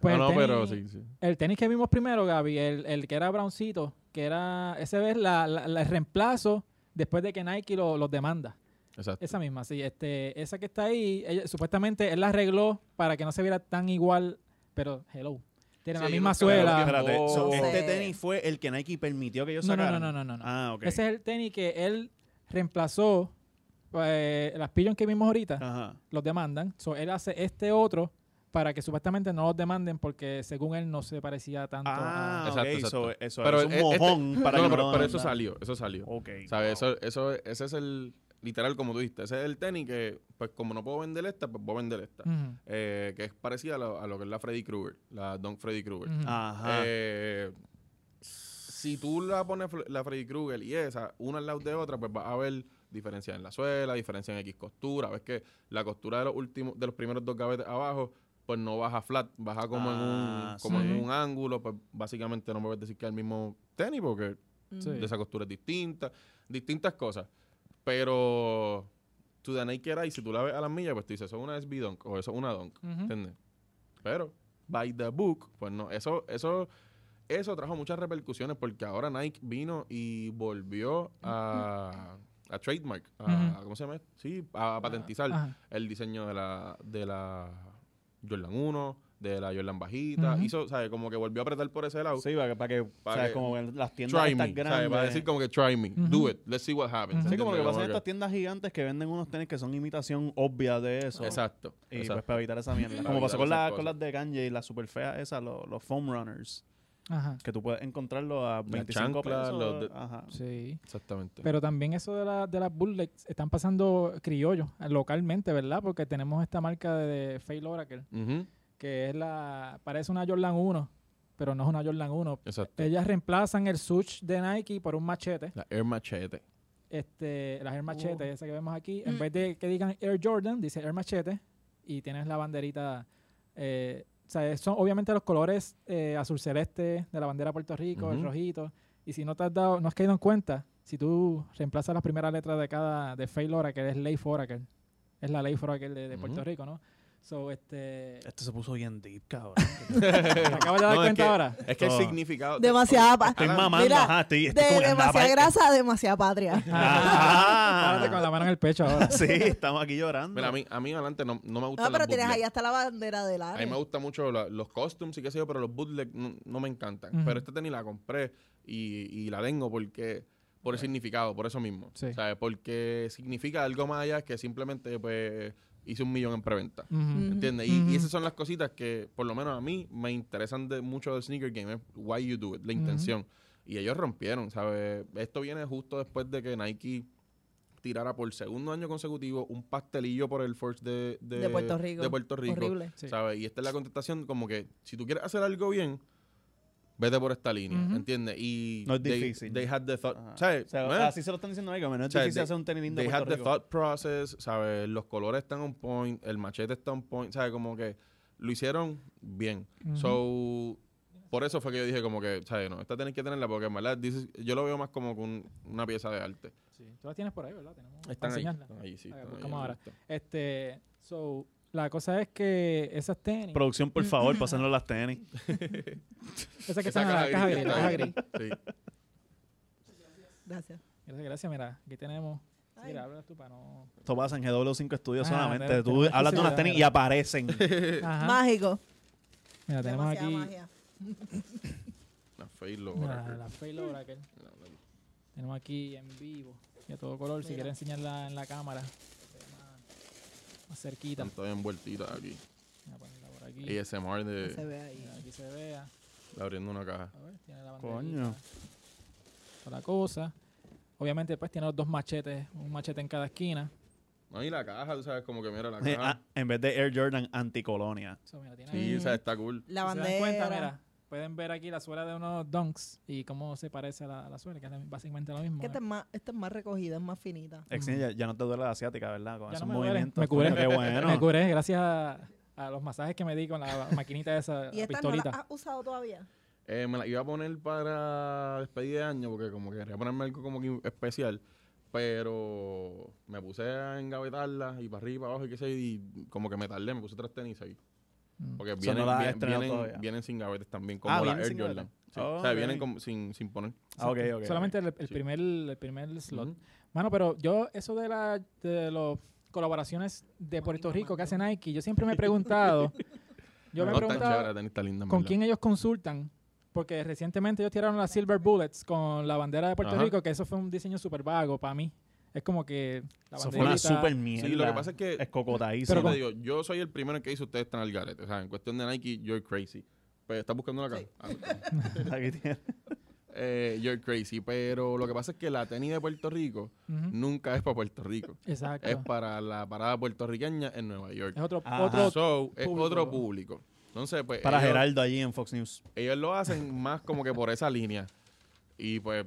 Pues el no, no, pero tenis- sí, sí. El tenis que vimos primero, Gaby, el, el que era browncito, que era, ese es la, la- la- el reemplazo después de que Nike lo- los demanda. Exacto. Esa misma, sí. Este, esa que está ahí, ella- supuestamente él la arregló para que no se viera tan igual, pero hello. Tiene Sí, la yo misma nunca me suela. lo vi. Espérate, so, Oh. este Sí. tenis fue el que Nike permitió que ellos No, no, sacaran. no, no, no, no, no. Ah, ok. Ese es el tenis que él reemplazó. eh, las pillons que vimos ahorita Ajá. los demandan. So, él hace este otro para que supuestamente no los demanden porque según él no se parecía tanto Ah, a... ok. Exacto, exacto. so, eso Pero es un e- este- mojón (laughs) para no, que no, pero, lo pero eso mandan. salió, eso salió. Ok. ¿Sabes? wow. Eso, eso, es- ese es el, literal, como tú dijiste, ese es el tenis que, pues como no puedo vender esta, pues voy a vender esta. Ujú, Eh, que es parecida a lo, a lo que es la Freddy Krueger, la Don Freddy Krueger. ujú. Ajá. Eh, si tú la pones fl- la Freddy Krueger y esa, una al lado de otra, pues vas a ver diferencias en la suela, diferencias en X costura. Ves que la costura de los últimos, de los primeros dos gavetes abajo, pues no baja flat, baja como en Ah, un, como sí. en un ángulo, pues básicamente no me puedes decir que es el mismo tenis, porque Mm. Sí. de esa costura es distinta, distintas cosas. Pero tu de Nike era, y si tú la ves a las millas, pues tú dices, eso es una SB Dunk o eso es una Dunk, Ujú. ¿entiendes? Pero, by the book, pues no, eso, eso, eso trajo muchas repercusiones porque ahora Nike vino y volvió a, a trademark, a, Ujú. Ah, ¿cómo se llama? Sí, a patentizar Ajá. el diseño de la, de la Jordan 1, de la Jordan bajita, Ujú. hizo, ¿sabes? Como que volvió a apretar por ese lado. Sí, para que, para que Para ¿sabes? que- como en las tiendas Try estas me, grandes. ¿sabes? Va a decir como que try me, Ujú. do it, let's see what happens. Ujú. sí, como lo que ¿entiendes? pasa en Como estas tiendas gigantes que venden unos tenis que son imitación obvia de eso. Exacto. Y pues exacto. para evitar esa mierda. Para Como pasó evitar con, esas la- cosas. con las de Kanye y las super feas esas, los, los foam runners. Ajá. Que tú puedes encontrarlo a 25 chancla, pesos. los de- ajá. Sí. Exactamente. Pero también eso de, la, de las bullets están pasando criollo eh, localmente, ¿verdad? Porque tenemos esta marca de, de Fail Oracle, Ujú, que es la. Parece una Jordan 1, pero no es una Jordan 1. Exacto. Ellas reemplazan el switch de Nike por un machete. La (laughs) Air Machete. Este, las Air Machete, Oh. esa que vemos aquí. En Mm. vez de que digan Air Jordan, dice Air Machete. Y tienes la banderita. eh, o sea, son obviamente los colores eh, azul celeste de la bandera de Puerto Rico, el Ujú. rojito. Y si no te has dado, no has caído en cuenta, si tú reemplazas las primeras letras de cada, de Fail Oracle, es Ley Oracle. Es la Ley Oracle de, de Puerto Ujú. Rico, ¿no? So, este. Esto se puso bien deep, (laughs) cabrón. ¿Te acabas de dar Eh, No, es cuenta que- (laughs) ahora? Es que el Oh. significado. Demasiada pa- Estoy Alan, mamando, mira, ajá. Estoy, De este estoy como que andaba demasiada pa- grasa, demasiada patria. Ah. Ajá. Párate con la mano en el pecho (laughs) ahora. Sí, estamos aquí llorando. Mira, a mí, a mí adelante no, no me gusta. No, pero tienes ahí hasta la bandera del A mí me área. gusta mucho la- los costumes y qué sé yo, pero los bootleg no, no me encantan. Ujú. Pero esta tenis la compré y, y la tengo porque por el significado, por eso mismo. Sí. ¿Sabes? Porque significa algo más allá que simplemente pues hice un millón en preventa. Ujú. ¿Entiendes? Y, y Ujú. esas son las cositas que, por lo menos a mí, me interesan de, mucho del sneaker game. Es why you do it, la Ujú. intención. Y ellos rompieron, ¿sabes? Esto viene justo después de que Nike tirara por segundo año consecutivo un pastelillo por el Force de, de, De Puerto Rico. de Puerto Rico, Horrible. Sí. ¿sabes? Y esta es la contestación como que, si tú quieres hacer algo bien, vete por esta línea, Ujú. ¿entiendes? Y No es they- difícil. They had the thought, Ajá. ¿sabes? ¿Eh? O sea, Bueno, así se lo están diciendo ahí, que no es O sea, difícil they- hacer un tenis lindo. They en had Puerto the Rico. thought process, ¿sabes? Los colores están on point, el machete está on point, ¿sabes? Como que lo hicieron bien. Ujú. So, por eso fue que yo dije como que, ¿sabes? No, esta tenés que tenerla porque en verdad this is- yo lo veo más como que un- una pieza de arte. Sí. Tú la tienes por ahí, ¿verdad? Tenemos para Están ahí. enseñarla. Están ahí, sí. A ver, pues, están ahí, buscamos ahora. listo. Este, so, la cosa es que esas tenis, Producción, por favor, pasándolo las tenis. esas que Esa están en la caja gris gris, la está caja ahí. gris. Sí. Gracias. Gracias, gracias, mira, aquí tenemos. Ay. Mira, habla tú para no. Esto pasa en GW5 Studios Ah, solamente. tenemos- Tú tenemos hablas de unas exclusividad, tenis y mira. aparecen. Eh. Ajá. Mágico. Mira, tenemos Demasiada aquí magia. No, (laughs) fail mira, Oracle. la Fail Oracle. No, no. Tenemos aquí en vivo y a todo color. Si Mira. quieres enseñarla en la cámara, se ve más, más cerquita. Están todas envueltitas aquí. Voy a ponerla por aquí. ASMR Que Se de ve ahí. Mira, aquí se vea. abriendo una caja. A ver, tiene la Coño. banderita. Toda la cosa. Obviamente, pues tiene los dos machetes, un machete en cada esquina. No, y la caja, tú sabes, como que mira la Eh, (laughs) ah, caja. en vez de Air Jordan, anticolonia. Eso, mira, tiene ahí. Sí, o sea, está cool. La Si se dan cuenta, bandera. mira, pueden ver aquí la suela de unos dunks y cómo se parece a la, a la suela, que es la- básicamente lo mismo. Que esta es más, esta es más recogida, es más finita. Exni, ya, ya no te duele la asiática, ¿verdad? Con Ya no esos me duele, movimientos. me curé. coño, (laughs) Qué Me bueno. curé gracias a, a los masajes que me di con la (laughs) maquinita esa, ¿Y la esta no la pistolita. has usado todavía? Eh, me la iba a poner para despedida de año porque como que quería ponerme algo como que especial. Pero me puse a engavetarla y para arriba y para abajo y qué sé yo, y como que me tardé, me puse tres tenis ahí. Mm. Porque So, no vienen, la has vie- estrenado todavía. vienen, vienen sin gavetes también, como Ah, la vienen Air sin Jordan. gavetes. Sí. Oh, o sea, ok. vienen como sin, sin poner. Ah, ok, ok. Solamente el, el sí. primer, el primer slot. Ujú. Mano, pero yo, eso de las de los colaboraciones de Puerto Rico que hace Nike, yo siempre me he (laughs) preguntado, yo me he No, está preguntado chévere, la tenis está linda. en con verdad. quién ellos consultan, porque recientemente ellos tiraron las Silver Bullets con la bandera de Puerto Ajá. Rico, que eso fue un diseño súper vago para mí. Es como que la Eso fue una banderita- super mierda. Sí, lo que pasa es que- Es Sí, cocotadísimo. Pero te con- digo, yo soy el primero que hizo ustedes están al garete. O sea, en cuestión de Nike, you're crazy. Pero estás buscando una caja. Sí. Ah, ok. Aquí tiene. Eh, you're crazy. Pero lo que pasa es que la tenis de Puerto Rico Ujú. nunca es para Puerto Rico. Exacto. es para la parada puertorriqueña en Nueva York. Ah, Es otro, Ajá. otro So, es público. otro público. Entonces, pues. Para ellos, Geraldo allí en Fox News. ellos lo hacen más como que por esa línea. Y pues,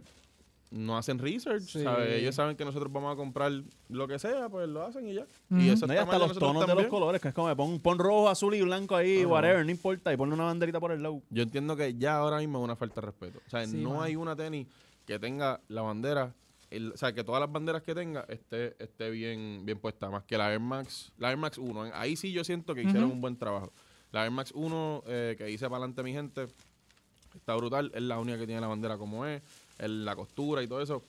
no hacen research, Sí. ¿sabes? Ellos saben que nosotros vamos a comprar lo que sea, pues lo hacen y ya. Y Ujú. No, eso y está hasta mal de los nosotros tonos de también. los colores, que es como pon, pon rojo, azul y blanco ahí, Ajá. whatever, no importa, y ponle una banderita por el lado. Yo entiendo que ya ahora mismo es una falta de respeto. O sea, Sí, no mano. hay una tenis que tenga la bandera. el- o sea, que todas las banderas que tenga esté, esté bien, bien puesta. Más que la Air Max, la Air Max 1. En- Ahí sí yo siento que hicieron Ujú. un buen trabajo. La Air Max 1 eh, que hice para adelante mi gente está brutal. Es la única que tiene la bandera como es. el- la costura y todo eso.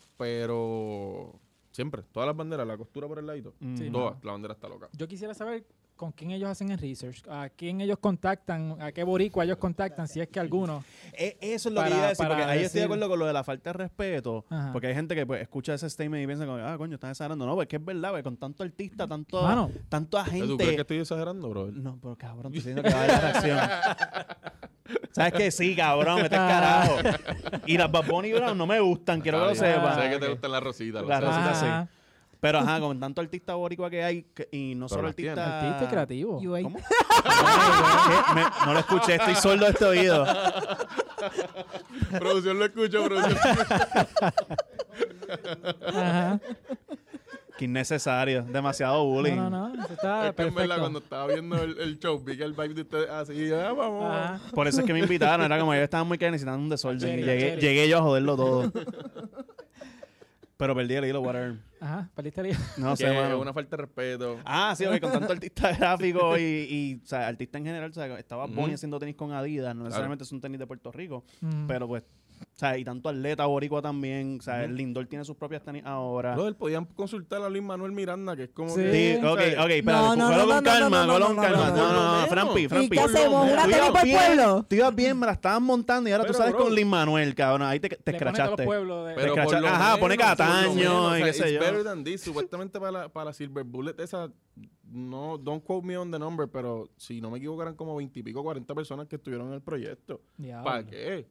Pero siempre, todas las banderas, la costura por el ladito. Sí, Mm. Todas, la bandera está loca. Yo quisiera saber con quién ellos hacen el research, a quién ellos contactan, a qué boricua ellos contactan, si es que alguno. E- Eso es lo Para- que yo iba a decir, para porque ahí estoy de decir- acuerdo con lo de la falta de respeto, Ajá. porque hay gente que pues, escucha ese statement y piensa, como, ah, coño, están exagerando. No, porque es verdad, porque con tanto artista, tanto, Mano. tanta ¿Tú crees que gente... estoy exagerando, bro? (laughs) No, pero cabrón, te estoy diciendo que va a haber reacción. ¿Sabes qué? Sí, cabrón, este es carajo. Y las Bad Bunny Brown no me gustan, quiero que lo Está bien. sepan. Ah, Sé que te Ok. gustan las rositas. lo Las sé. rositas. Ah, resulta así. Pero ajá, con tanto artista boricua que hay, que- y no Pero solo las tiene. artista... Artista y (laughs) creativo. UA. ¿Cómo? ¿Qué? Me- no lo escuché, estoy sordo de este oído. Producción lo escucho, producción. Ajá. Qué innecesario, demasiado bullying. No, no, no. Eso está Es que en verdad perfecto. cuando estaba viendo el, el show, vi que el vibe de ustedes así, ah, vamos. Ajá. Por eso es que me invitaron, era como yo estaba muy que necesitando un desorden. Cherry, y llegué, cherry. llegué yo a joderlo todo. Pero perdí el hilo, whatever. Ajá. Perdiste el hilo. No sé, Que mano. una falta de respeto. Ah, sí, ok, con tanto artista (laughs) gráfico y, y o sea, artista en general, o sea, estaba Ujú. Bonnie haciendo tenis con Adidas, no necesariamente es un tenis de Puerto Rico, (laughs) Mm. pero pues, o sea, y tanto atleta boricua también, o sea, el Lindor tiene sus propias tenis ahora. Brother, podían consultar a Luis Manuel Miranda, que es como Sí. que... Sí, ok, ok, espérate, No, cógelo no, no, con no, no, calma, no, no, cógelo con no, calma. no, No, no, no, no, Frampi, no. Frampi. ¿Y qué hacemos? ¿Una Tú tenis ibas por bien, pueblo? Tú ibas bien, me la estaban montando y ahora tú Pero, sales bro. con Lin Manuel, cabrón, ahí te, te Le ponen todos los escrachaste. pueblos de- Pero Te por cacha- lo ajá, pone menos, por lo Cataño menos, y qué it's sé yo. better than this. Supuestamente para la, para la Silver Bullet, esa, no, don't quote me on the number, pero si no me equivoco, eran como veintipico, cuarenta personas que estuvieron en el proyecto. Diablo. ¿Para qué?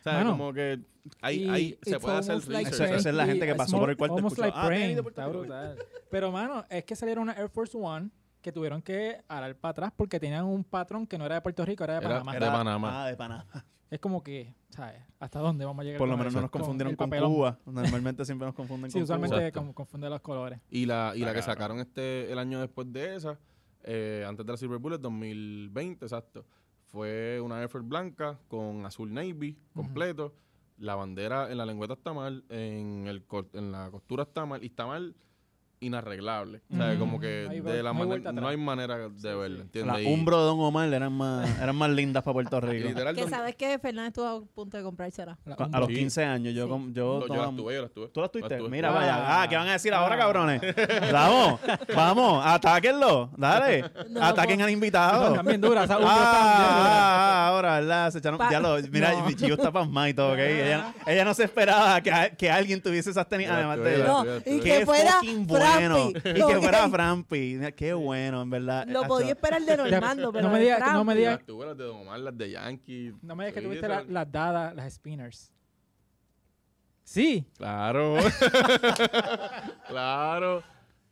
O sea, Mano. como que ahí, Y ahí se it's puede hacer almost like research. Esa- esa es la gente que It's pasó more- por el cuarto y Almost escuchó, like "Ah, tenis praying". de Puerto Está Rico. brutal. Pero, mano, es que salieron una Air Force One que tuvieron que arar para atrás porque tenían un patrón que no era de Puerto Rico, era de Era- Panamá. era- De Panamá. Ah, de Panamá. Es como que, ¿sabes? ¿Hasta dónde vamos a llegar? Por lo con menos eso? no nos confundieron el con, papelón. Cuba. Normalmente siempre nos confunden Sí, con Cuba. usualmente Exacto. como confunde los colores. Y la, y la que Está sacaron este el año después de esa, eh, antes de la Silver Bullet, 2020, exacto, fue una Air Force blanca con azul navy completo. La bandera en la lengüeta está mal, en, el, cor- en la costura está mal y está mal inarreglable. O sea, Ujú. como que No hay de vuel- la no hay manera- vuelta atrás. no hay manera de Sí, verlo, sí. ¿entiendes? Las Y- Umbro de Don Omar eran más, eran más lindas para Puerto y Rico. literal, Que dos- sabes que Fernández estuvo a punto de comprársela. La- Cu- un- A los Sí. 15 años, yo. Sí. com- yo yo, yo tomaba- las tuve, yo las tuve. ¿Tú las Las tuviste? tuve. Mira, Ah. vaya. Ah, ¿qué van a decir ahora, Ah. (laughs) cabrones? Vamos, vamos, atáquenlo. Dale, No, ataquen pues- al No, invitado. también dura, esa Ah, umbro ah, ah, ahora, ¿verdad? Se echaron. Pa- Ya lo, mira, No. Gio está pasmado y todo, ¿ok? Ella, ella no se esperaba que, a- que alguien tuviese esas tenis, Yo las además tuve, de yo las ella. No, tuve, las y tuve. que fuera fucking bueno. Frampi. Y que Ok. fuera Frampi. Mira, Qué bueno, en verdad. Lo Hacho, podía esperar de Normando, pero No me de digas- no Trump. me Yo digas- las tuve, las de Don Omar, las de Yankee. No me digas que Sí, tuviste la- esas- las dadas, las spinners. Sí. (laughs) Claro. claro.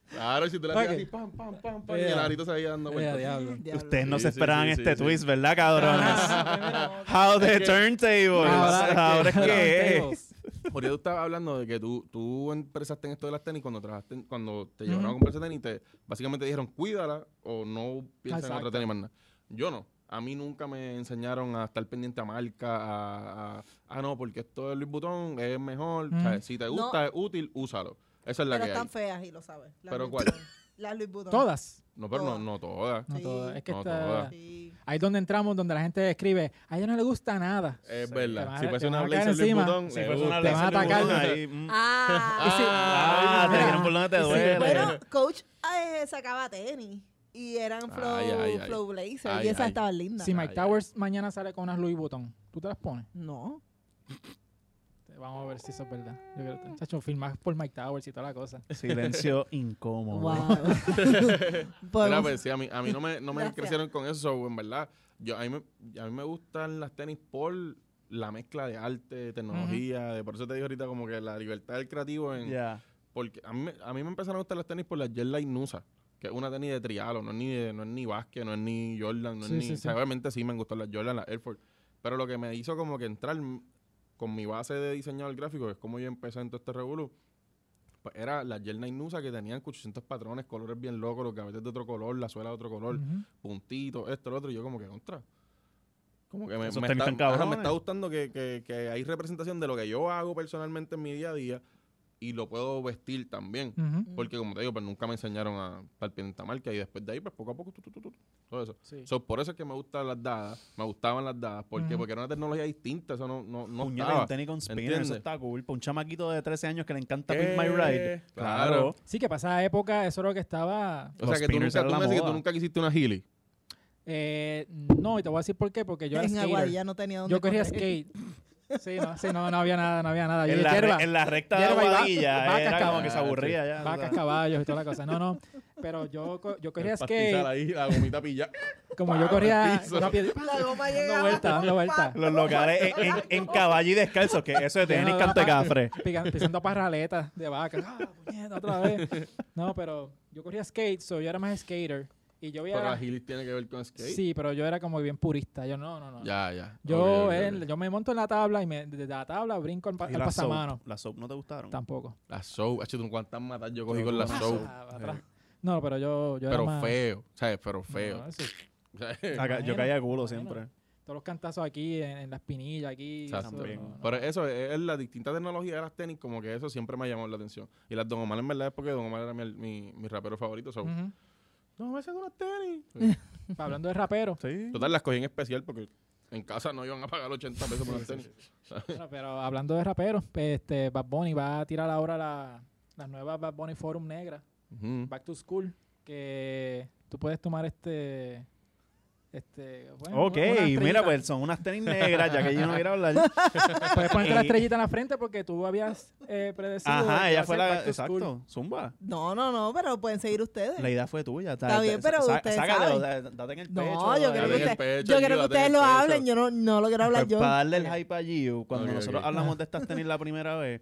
Claro, si tú la Ok. hacías así, pam, pam, pam, pam, y el Ea. arito se iba dando Eh, vueltas. diablo. Diablo. Ustedes no Sí, se sí, esperaban sí, sí, este sí. twist, ¿verdad, (laughs) cabrones? How the Es que- turntables. Ahora es que- Ahora es que es. Turntables. Por eso tú estabas hablando de que tú, tú empezaste en esto de las tenis cuando trabajaste, en- cuando te llevaron a Ujú. comprarse tenis, te, básicamente dijeron cuídala o no piensa en Exacto. otra tenis más nada. Yo no. A mí nunca me enseñaron a estar pendiente a marca, a, a- ah, no, porque esto es Luis Butón, es mejor. o sea, Ujú. si te No. gusta, es útil, úsalo. Esa es la Pero que hay. están feas y lo sabes. Las ¿Pero Louis cuál? Vuitton. Las Louis Vuitton. Todas. No, pero no, Todas. no todas. No Sí. todas. Es que No está- todas. Sí. Ahí es donde entramos, donde la gente escribe, a ella no le gusta nada. Es te van verdad. a- Si te fuese una van a caer blazer Luis encima. Butón, eh, uh. Si me fuese una gusta. Te van a Leslie atacar. Button ahí, mm. Ah, Ah, te mira. dijeron por donde te Sí, duele. Bueno, coach eh, sacaba tenis y eran flow, Ay, ay, ay. flow blazer Ay, y esas ay. estaban lindas. Si Mike Ay, ay. Ah, Towers mañana sale con unas Louis Vuitton, ¿tú te las pones? No. Vamos a ver si eso es verdad. Yo creo que, chacho, filmar por Mike Towers y toda la cosa. Silencio incómodo. Wow. Mira, (laughs) Podemos- pues, sí, a mí, a mí no me, no me Gracias. crecieron con eso, so, en verdad. Yo, a, mí me, a mí me gustan las tenis por la mezcla de arte, de tecnología, de, por eso te digo ahorita como que la libertad del creativo. En, Ya. Porque a mí, me- a mí me empezaron a gustar las tenis por la Jet Line Nusa, que es una tenis de trialo, no es ni, de- no es ni Vázquez, no es ni Jordan, no Sí, es ni... sí, o sea, sí. obviamente sí me han gustado las Jordan, las Air Force, pero lo que me hizo como que entrar m- con mi base de diseñador gráfico, que es como yo empecé en todo este revolú, pues era las Jet Line Nusa que tenían 800 patrones, colores bien locos, los gavetes de otro color, la suela de otro color, Ujú. puntitos, esto, lo otro, y yo como que contra. Como que me, Esos me tenis está, están ajá, me cabrones. está gustando que, que- que hay representación de lo que yo hago personalmente en mi día a día y lo puedo vestir también. Ujú. Porque como te digo, pues nunca me enseñaron a estar pendiente a marca y después de ahí, pues poco a poco, tu, tu, tu, tu, todo eso. Sí. So, por eso es que me gustan las dadas, me gustaban las dadas, porque Ujú. porque era una tecnología distinta, eso no, no, no Puñeta, estaba. un tenis con spinner, ¿entiendes? eso está cool. Para un chamaquito de 13 años que le encanta Eh, Pink My Ride. claro. Sí, que pasada época, eso era lo que estaba. O Los sea, que tú spinners nunca, eran tú la me dices que tú moda. nunca quisiste una Healy. eh, no, y te voy a decir por qué, porque yo era en skater. Aguadilla no tenía donde Yo corría correr. skate. Sí, no, sí, no, no había nada, no había (laughs) nada. Yo en, dije, la, hierba, re- en la recta de hierba y va- Aguadilla vacas, era como cabrón. que se aburría ya. vacas, o sea, caballos y toda la cosa. No, no. Pero yo, co- yo El corría pastizal skate. ahí, la gomita pilla. Como pa, yo corría al piso. rápido, (laughs) La goma dando llegaba vuelta, dando vuelta. los locales en, en, en caballo y descalzo, que eso de tenis (laughs) Lleno de canto de una pa- cafre. pica- pisando parraletas de vaca. Ah, puñeta, otra vez. No, pero yo corría skate, so yo era más skater. Y yo Pero veía. Agilis tiene que ver con skate. Sí, pero yo era como bien purista. Yo no, no, no. Ya, ya. Yo, Ok, ok, ok. él- yo me monto en la tabla y me, desde la tabla brinco al, pa- Y al las soap, pasamano. las soap no te gustaron. Tampoco. La show, hecho, tú cuántas matas yo cogí Yo con la no. show. Ah, atrás. No, pero yo, yo era Pero más- feo, ¿sabes? Pero no, feo. eso- ¿sabes? Acá- yo Imagino, caía culo imagino. siempre. todos los cantazos aquí, en, en la espinilla, aquí. Exacto. eso, También. no, no. (laughs) Pero eso, es, es la distinta tecnología de las tenis, como que eso siempre me ha llamado la atención. Y las Don Omar en verdad es porque Don Omar era mi, mi, mi rapero favorito. so, Ujú. No, me hacen unas tenis. Hablando de (laughs) rapero, Sí. Total, las cogí en especial porque en casa no iban a pagar 80 pesos por las tenis. bueno, pero hablando de rapero, este, Bad Bunny va a tirar ahora la, la nueva Bad Bunny Forum Negra, Ujú. Back to School, que tú puedes tomar este... este bueno, Ok, una estrellita. Ah, mira, pues son unas tenis negras, ya que yo no (laughs) quiero hablar. pues, Puedes ponerte la Y- estrellita en la frente porque tú habías eh, predecido... Ajá, que iba ella a fue ser la. Back to School. Exacto, Zumba. No, no, no, pero pueden seguir ustedes. La idea fue tuya. Está bien, pero ustedes sácalo, saben. da- date en el No, pecho. yo dale. creo Dale que, en el usted- pecho, yo creo ayúdate que en ustedes el lo pecho. hablen, yo no, no lo quiero hablar Pues yo. para darle el hype a Giu, cuando Ok, nosotros ok. hablamos de estas (laughs) tenis la primera vez,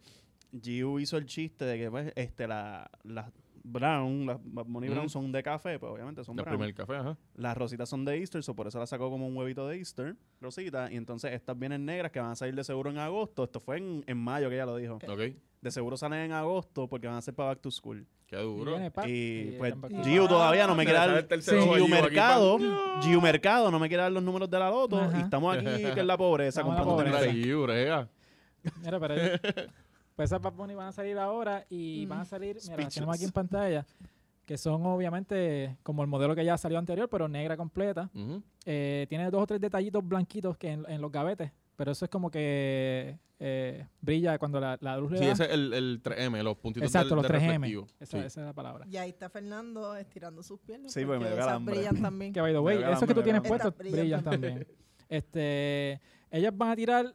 Giu hizo el chiste de que pues, este, la- las Brown, las Bad Bunny Mm. Brown son de café, pues obviamente son La Brown. primer café, ajá. Las rositas son de Easter, so por eso las sacó como un huevito de Easter, rosita. Y entonces estas vienen negras que van a salir de seguro en agosto. Esto fue en, en mayo que ella lo Eh, dijo. Ok, De seguro salen en agosto porque van a ser para Back to School. qué Y duro. viene, pa, Y y pues eran Back to School. Giu todavía no me Se quiere le sale dar el tercer ojo a Giu Giu aquí, Mercado, pa. Giu Mercado no me quiere dar los números de la loto Ajá. y estamos (laughs) aquí que es la pobreza Estamos en la comprando tenis pobreza. Mira, fake. Giu, Mira, brega. pero (laughs) pues esas Bad Bunny van a salir ahora y van a salir, mira, las tenemos aquí en Speechless. pantalla, que son obviamente como el modelo que ya salió anterior, pero negra completa. Ujú. Eh, tiene dos o tres detallitos blanquitos que en, en los gavetes, pero eso es como que eh, brilla cuando la, la luz le Sí, da. ese es el, el 3M, los puntitos Exacto, del- los del 3M. reflectivo. Esa, Sí. esa es la palabra. Y ahí está Fernando estirando sus piernas. Sí, porque porque me dio esas calambre. brillan (laughs) también. Que by the way, Pero esos que tú tienes ganan, ganan. puestos Estas brillan brillan también. Este, ellas van a tirar,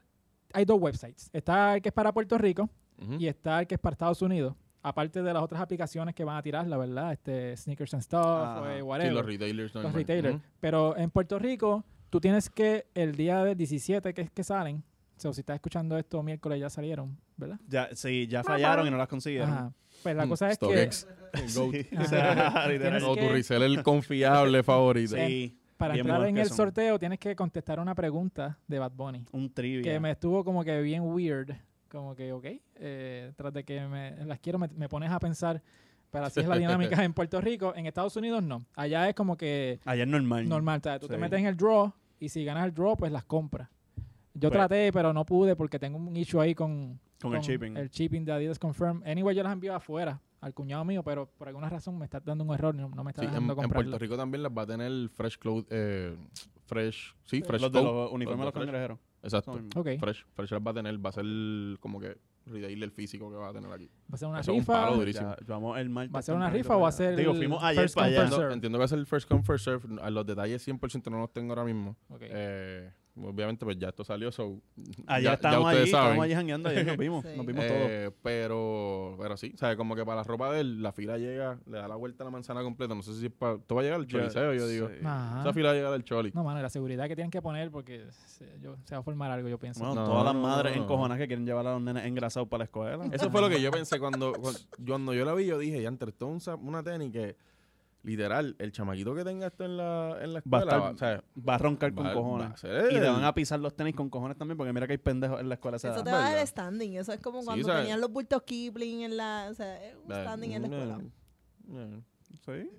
hay dos websites. Está el que es para Puerto Rico, Ujú. y está el que es para Estados Unidos. Aparte de las otras aplicaciones que van a tirar, la verdad, este, Sneakers and Stuff, Ajá. eh, Ah, Sí, whatever, los los, retailers. normal. retailers. Ujú. Pero en Puerto Rico, tú tienes que el día del 17 que es que salen, o sea, si estás escuchando esto miércoles ya salieron, ¿verdad? Ya, sí, ya fallaron y no las consiguieron. Ajá. Pues la Mm, cosa es que StockX. (laughs) Sí, (laughs) Goat. (laughs) o sea, Tienes O literal. que- tu reseller confiable favorito. Sí, para bien entrar buenos en que el son. sorteo tienes que contestar una pregunta de Bad Bunny. un Que trivia. me estuvo como que bien weird. Como que, ok, eh, tras de que me, las quiero, me, me pones a pensar. Pero así es la (laughs) dinámica en Puerto Rico. En Estados Unidos no. Allá es como que Ayer normal. normal. o sea, Tú te Sí. metes en el draw y si ganas el draw, pues las compras. Yo Pues- traté, pero no pude porque tengo un issue ahí con, Con el shipping. El shipping de Adidas Confirm. Anyway, yo las envío afuera al cuñado mío, pero por alguna razón me está dando un error. No, no me está Sí, en, dejando en comprarlo. Puerto Rico también las va a tener Fresh Cloud. Eh, fresh. Sí, Fresh los de Coat. los uniformes de los Los de Fresh. cangrejeros. Exacto. Son- Ok, Fresh. Fresh las va a tener. Va a ser como que retailer físico que va a tener aquí. va a ser una Eso es un rifa. palo Va de- durísimo. Ya, vamos el martes a ser una tempranito rifa para o va a allá. ser. Digo, fuimos ayer first para come, allá. first Entiendo, serve? entiendo que va a ser First Come, First Serve. A los detalles 100% no los tengo ahora mismo. Ok. Eh, obviamente, pues ya esto salió. So, Ayer ya, ya estábamos ustedes allí, saben. estábamos allí jangueando, ayer nos vimos, Sí. nos vimos todos. Eh, pero, pero sí, ¿sabes? Como que para la ropa de él, la fila llega, le da la vuelta a la manzana completa. No sé si es para. Esto va a llegar al choliseo, yo digo. Sí. Nah. Esa fila va a llegar al choli. No, mano, y la seguridad que tienen que poner porque se, yo- se va a formar algo, yo pienso. Bueno, No, todas las no, madres no. encojonadas que quieren llevar a los nenes engrasados para la escuela. Eso fue lo que yo pensé cuando, cuando, cuando yo la vi. Yo dije, ya entre esto es un sa- una tenis que, literal, el chamaquito que tenga esto en la, en la Va a escuela. estar- o sea, Va a roncar va- con va a cojones. ser Y él. te van a pisar los tenis con cojones también, porque mira que hay pendejos en la escuela. a esa Eso edad. te va a dar ¿verdad? standing. Eso es como Sí, cuando o sea, tenían los bultos Kipling en la. O sea, es un Eh, standing en la escuela. eh, Sí.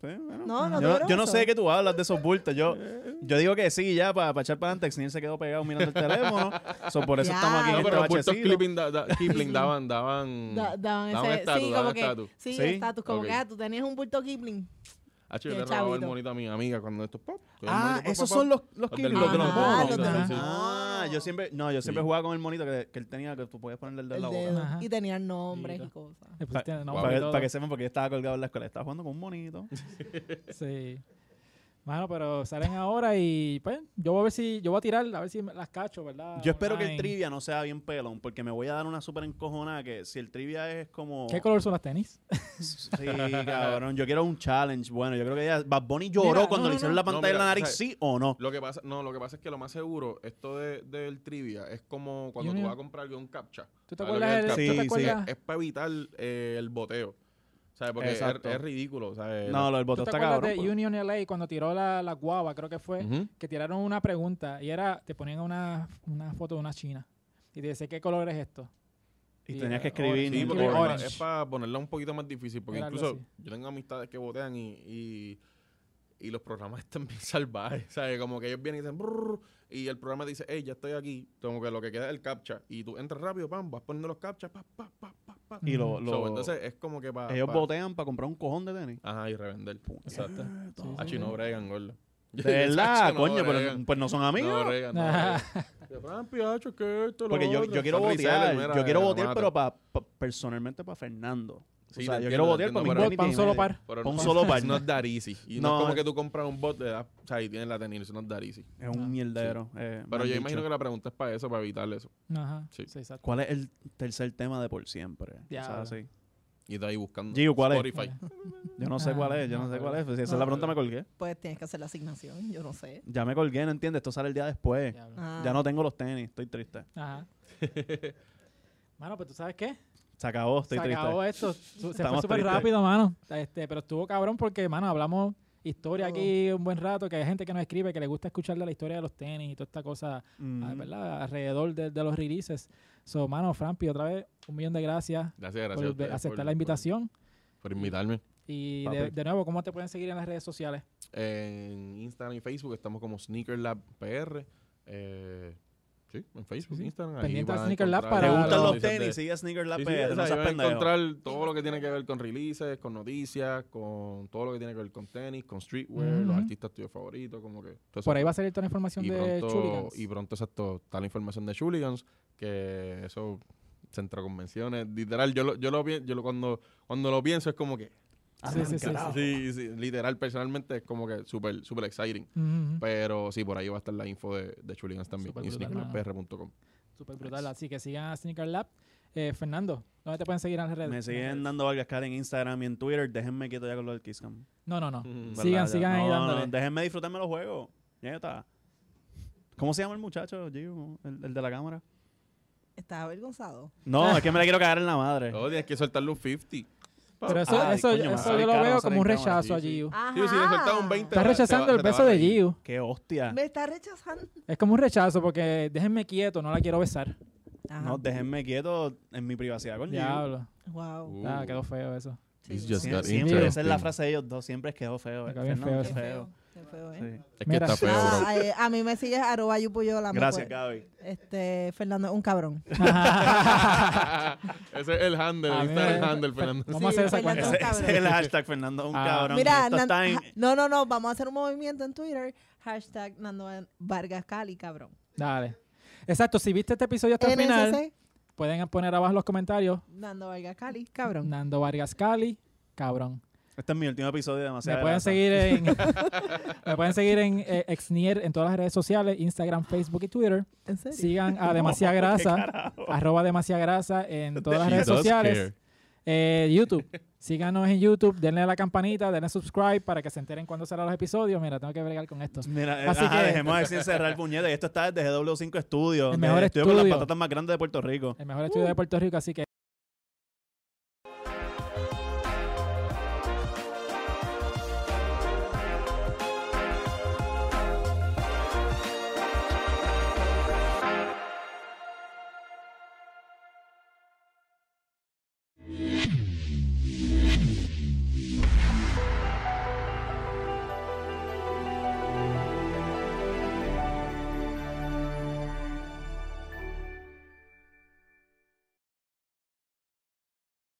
Sí, bueno. Eh. No, no, Yo, tuvieron yo no eso. sé de qué tú hablas de esos bultos. Yo, yo digo que sí, ya, para echar para adelante. Xenier se quedó pegado mirando el teléfono. So, por eso Ya. estamos aquí No, en pero los este bultos bachecito. Kipling, (laughs) da- da- Kipling daban, daban. Da- daban daban ese- estatus, sí, daban como que- estatus. Sí, Sí, estatus. Como ok. que ah, tú tenías un bulto Kipling. Hacho, yo Qué le robaba el chavito. monito a mi amiga cuando esto pop. que Ah, el monito, pop, esos pop, son pop. los, los Los Kipling, del los de los mono. monos. Ah, los de los Ah, monos. yo siempre, no, yo siempre Sí. jugaba con el monito que, que él tenía, que tú podías ponerle el dedo en El la boca. dedo. Ajá. Y tenían nombres y Mira. cosas. Le pusiste nombre y Para, todo. para que sepan, porque yo estaba colgado en la escuela. Estaba jugando con un monito. Sí. Mano, pero salen ahora y pues yo voy a ver si, yo voy a tirar, a ver si me las cacho, ¿verdad? Yo espero que el Online. trivia no sea bien pelón, porque me voy a dar una súper encojonada que si el trivia es como... ¿Qué color son las tenis? Sí, cabrón, yo quiero un challenge. Bueno, yo creo que ya Bad Bunny lloró Mira, no, cuando le no, hicieron no. la pantalla en No, la mira, nariz, o sea, ¿sí o no? Lo que pasa, no, lo que pasa es que lo más seguro, esto de, del trivia es como cuando Yo tú no- vas a comprar un captcha. ¿Tú te ¿Sabes lo que acuerdas? es el- Sí, ¿tú te sí. acuerdas? Es para evitar eh, el boteo. ¿Sabes? Porque es, Exacto. es ridículo, ¿sabes? No, lo del ¿Tú botón te está acuerdas cabrón. de pues. Union LA cuando tiró la, la guava, creo que fue? Ujú. que tiraron una pregunta y era, te ponían una, una foto de una china y te decía, ¿qué color es esto? Y Y tenías que era orange. escribir... Sí, Orange. porque es para- Orange. es para ponerla un poquito más difícil, porque Era algo incluso así. yo tengo amistades que botean y, y, y los programas (laughs) están bien salvajes, ¿sabes? Como que ellos vienen y dicen, "Brrr", y el programa te dice, hey, ya estoy aquí, como que lo que queda es el captcha, y tú entras rápido, pam, vas poniendo los captchas, pa, pa, pa, pa, pa. Y lo, Ujú. lo- So, entonces es como que para... ellos botean para comprar un cojón de tenis. Ajá, y revender. (laughs) Exacto. (laughs) Sí, sí, A sí. no bregan, gordo. (laughs) De verdad, Hacho, no coño, pero bregan. pues no son amigos. No bregan, no Ajá. (laughs) bregan. Rampi, hacho, que esto, lo Porque yo, otro. yo quiero Son votear, resellers, mira, yo quiero la votear, mata. pero pa- pa- personalmente para Fernando. O Sí, sea, te yo entiendo, quiero te votar para entiendo, mi Un pero- bot para un solo par. Pero Con no, solo par. It's not that easy. Y no, No, es como es- que tú compras un bot, le das, o sea, y tienes la tenis, eso no es that easy. Es un Ah, mierdero. eh, me Pero han yo dicho. imagino que la pregunta es para eso, para evitar eso. Ajá. Sí. Sí, exacto. ¿Cuál es el tercer tema de por siempre? O sea, Diablo. sí. Y está ahí buscando. Gio, ¿cuál es? Spotify. Yo no sé Ah, cuál es, yo no no sé sé. cuál es. pues, Si esa es No, la pregunta, me colgué. Pues tienes que hacer la asignación, yo no sé. Ya me colgué, no entiendes. Esto sale el día después. Diablo. Ah. Ya no tengo los tenis, estoy triste. Ajá. Mano, pues tú sabes qué? Se acabó, estoy se triste. acabó esto. Su- Se fue Estamos súper tristes. rápido, mano. Este, pero estuvo cabrón porque, mano, hablamos historia Todo. aquí un buen rato, que hay gente que nos escribe que le gusta escuchar de la historia de los tenis y toda esta cosa, Mm. ah, ¿verdad? Alrededor de, de los releases. So, mano, Frampi, otra vez, un millón de gracias, Gracias, gracias. a por ustedes aceptar por- la invitación. Por, por invitarme. Y Papi. de, de nuevo, ¿cómo te pueden seguir en las redes sociales? En Instagram y Facebook estamos como Sneaker Lab PR. Eh, sí, en Facebook, Sí, sí. Instagram. ahí Pendiente a van a Sneaker Lab encontrar- para ¿Te gustan los los- tenis? Sigue Sneaker Lab Sí, sí, PR, o no sea, yo seas voy a pendejo. encontrar todo lo que tiene que ver con releases, con noticias, con todo lo que tiene que ver con tenis, con streetwear, los Ujú. artistas tuyos favoritos, como que. todo eso. Por ahí va a salir toda la información y de pronto, Chuligans. y pronto, exacto, está la información de Chuligans, que eso, centro de convenciones, literal, yo lo, yo lo, pien- yo lo- cuando, cuando lo pienso es como que, Ah, Ah, Sí, sí, sí, sí. carajo. sí, sí, literal, personalmente es como que súper, súper exciting. Ujú. Pero sí, por ahí va a estar la info de, de Chuligans también, Súper y brutal, sneakerlabpr.com. Súper brutal. Así que sigan a Sneaker Lab. Eh, Fernando, ¿dónde te pueden seguir en las redes? Me siguen dando Vargas Car en Instagram y en Twitter. Déjenme quieto ya con lo del Kiss Cam. No, no, no. Mm. Sigan, ¿Verdad? Ya. sigan ahí No, no, dándole. no, déjenme disfrutarme los juegos. Ya está. ¿Cómo se llama el muchacho, Gio? ¿El, el de la cámara? Estás avergonzado. No, es que me la quiero cagar en la (laughs) madre. No, Oh, tienes que soltarle un 50. Pero eso, Ay, eso, coño, me eso sale yo lo caro, veo me sale como un en cámara, rechazo a sí, sí. Giu. Sí, sí, le soltaba un 20. Estás te va- rechazando Ah, te el va- se te beso va a de reír. Giu. ¡Qué hostia! Me está rechazando. Es como un rechazo porque déjenme quieto, no la quiero besar. Ajá. No, déjenme quieto en mi privacidad con Gio. Diablo. Wow. Uh, Ah, quedó feo (laughs) eso. (laughs) Sí, It's no. just Sí, Sie- got Siempre, esa es la interesting. frase de ellos dos. Siempre es quedó feo. Está bien Fernando, Qué eso. qué feo. feo. Qué feo, ¿eh? Sí. Es que Mira. está feo, (laughs) Ah, bro. (laughs) eh, a mí me sigues arroba yupuyola. me Gracias, puede- Gaby. Este, Fernando, un cabrón. Ese es el handle, A ahí está mí el me- handle, Fernando. Vamos a hacer esa Fernando, cuenta. Ese, un cabrón. ese es el hashtag, Fernando, un Ah. cabrón. Mira, Esto Nan- está en- ja- no, no, no, vamos a hacer un movimiento en Twitter. Hashtag Nando Vargas Cali, cabrón. Dale. Exacto, si viste este episodio hasta el final, NSC, pueden poner abajo en los comentarios Nando Vargas Cali, cabrón. Nando Vargas Cali, cabrón. Este es mi último episodio de Demasiada Me pueden, Grasa. seguir en, (laughs) me pueden seguir en (laughs) eh, Exnier en todas las redes sociales, Instagram, Facebook y Twitter. ¿En serio? Sigan (laughs) a Demasiada (laughs) ¿Qué Grasa, Ah, carajo? arroba Demasiada Grasa en todas las She redes does sociales. care. Eh, YouTube, síganos en YouTube, denle a la campanita, denle subscribe para que se enteren cuando salgan los episodios. Mira, tengo que bregar con esto. Mira, eh, Así ajá, que- dejemos de decir cerrar puñetas. Y esto está desde GW5 Studio. El mejor estudio con las estudio. patatas más grandes de Puerto Rico. El mejor estudio de Puerto Rico, así que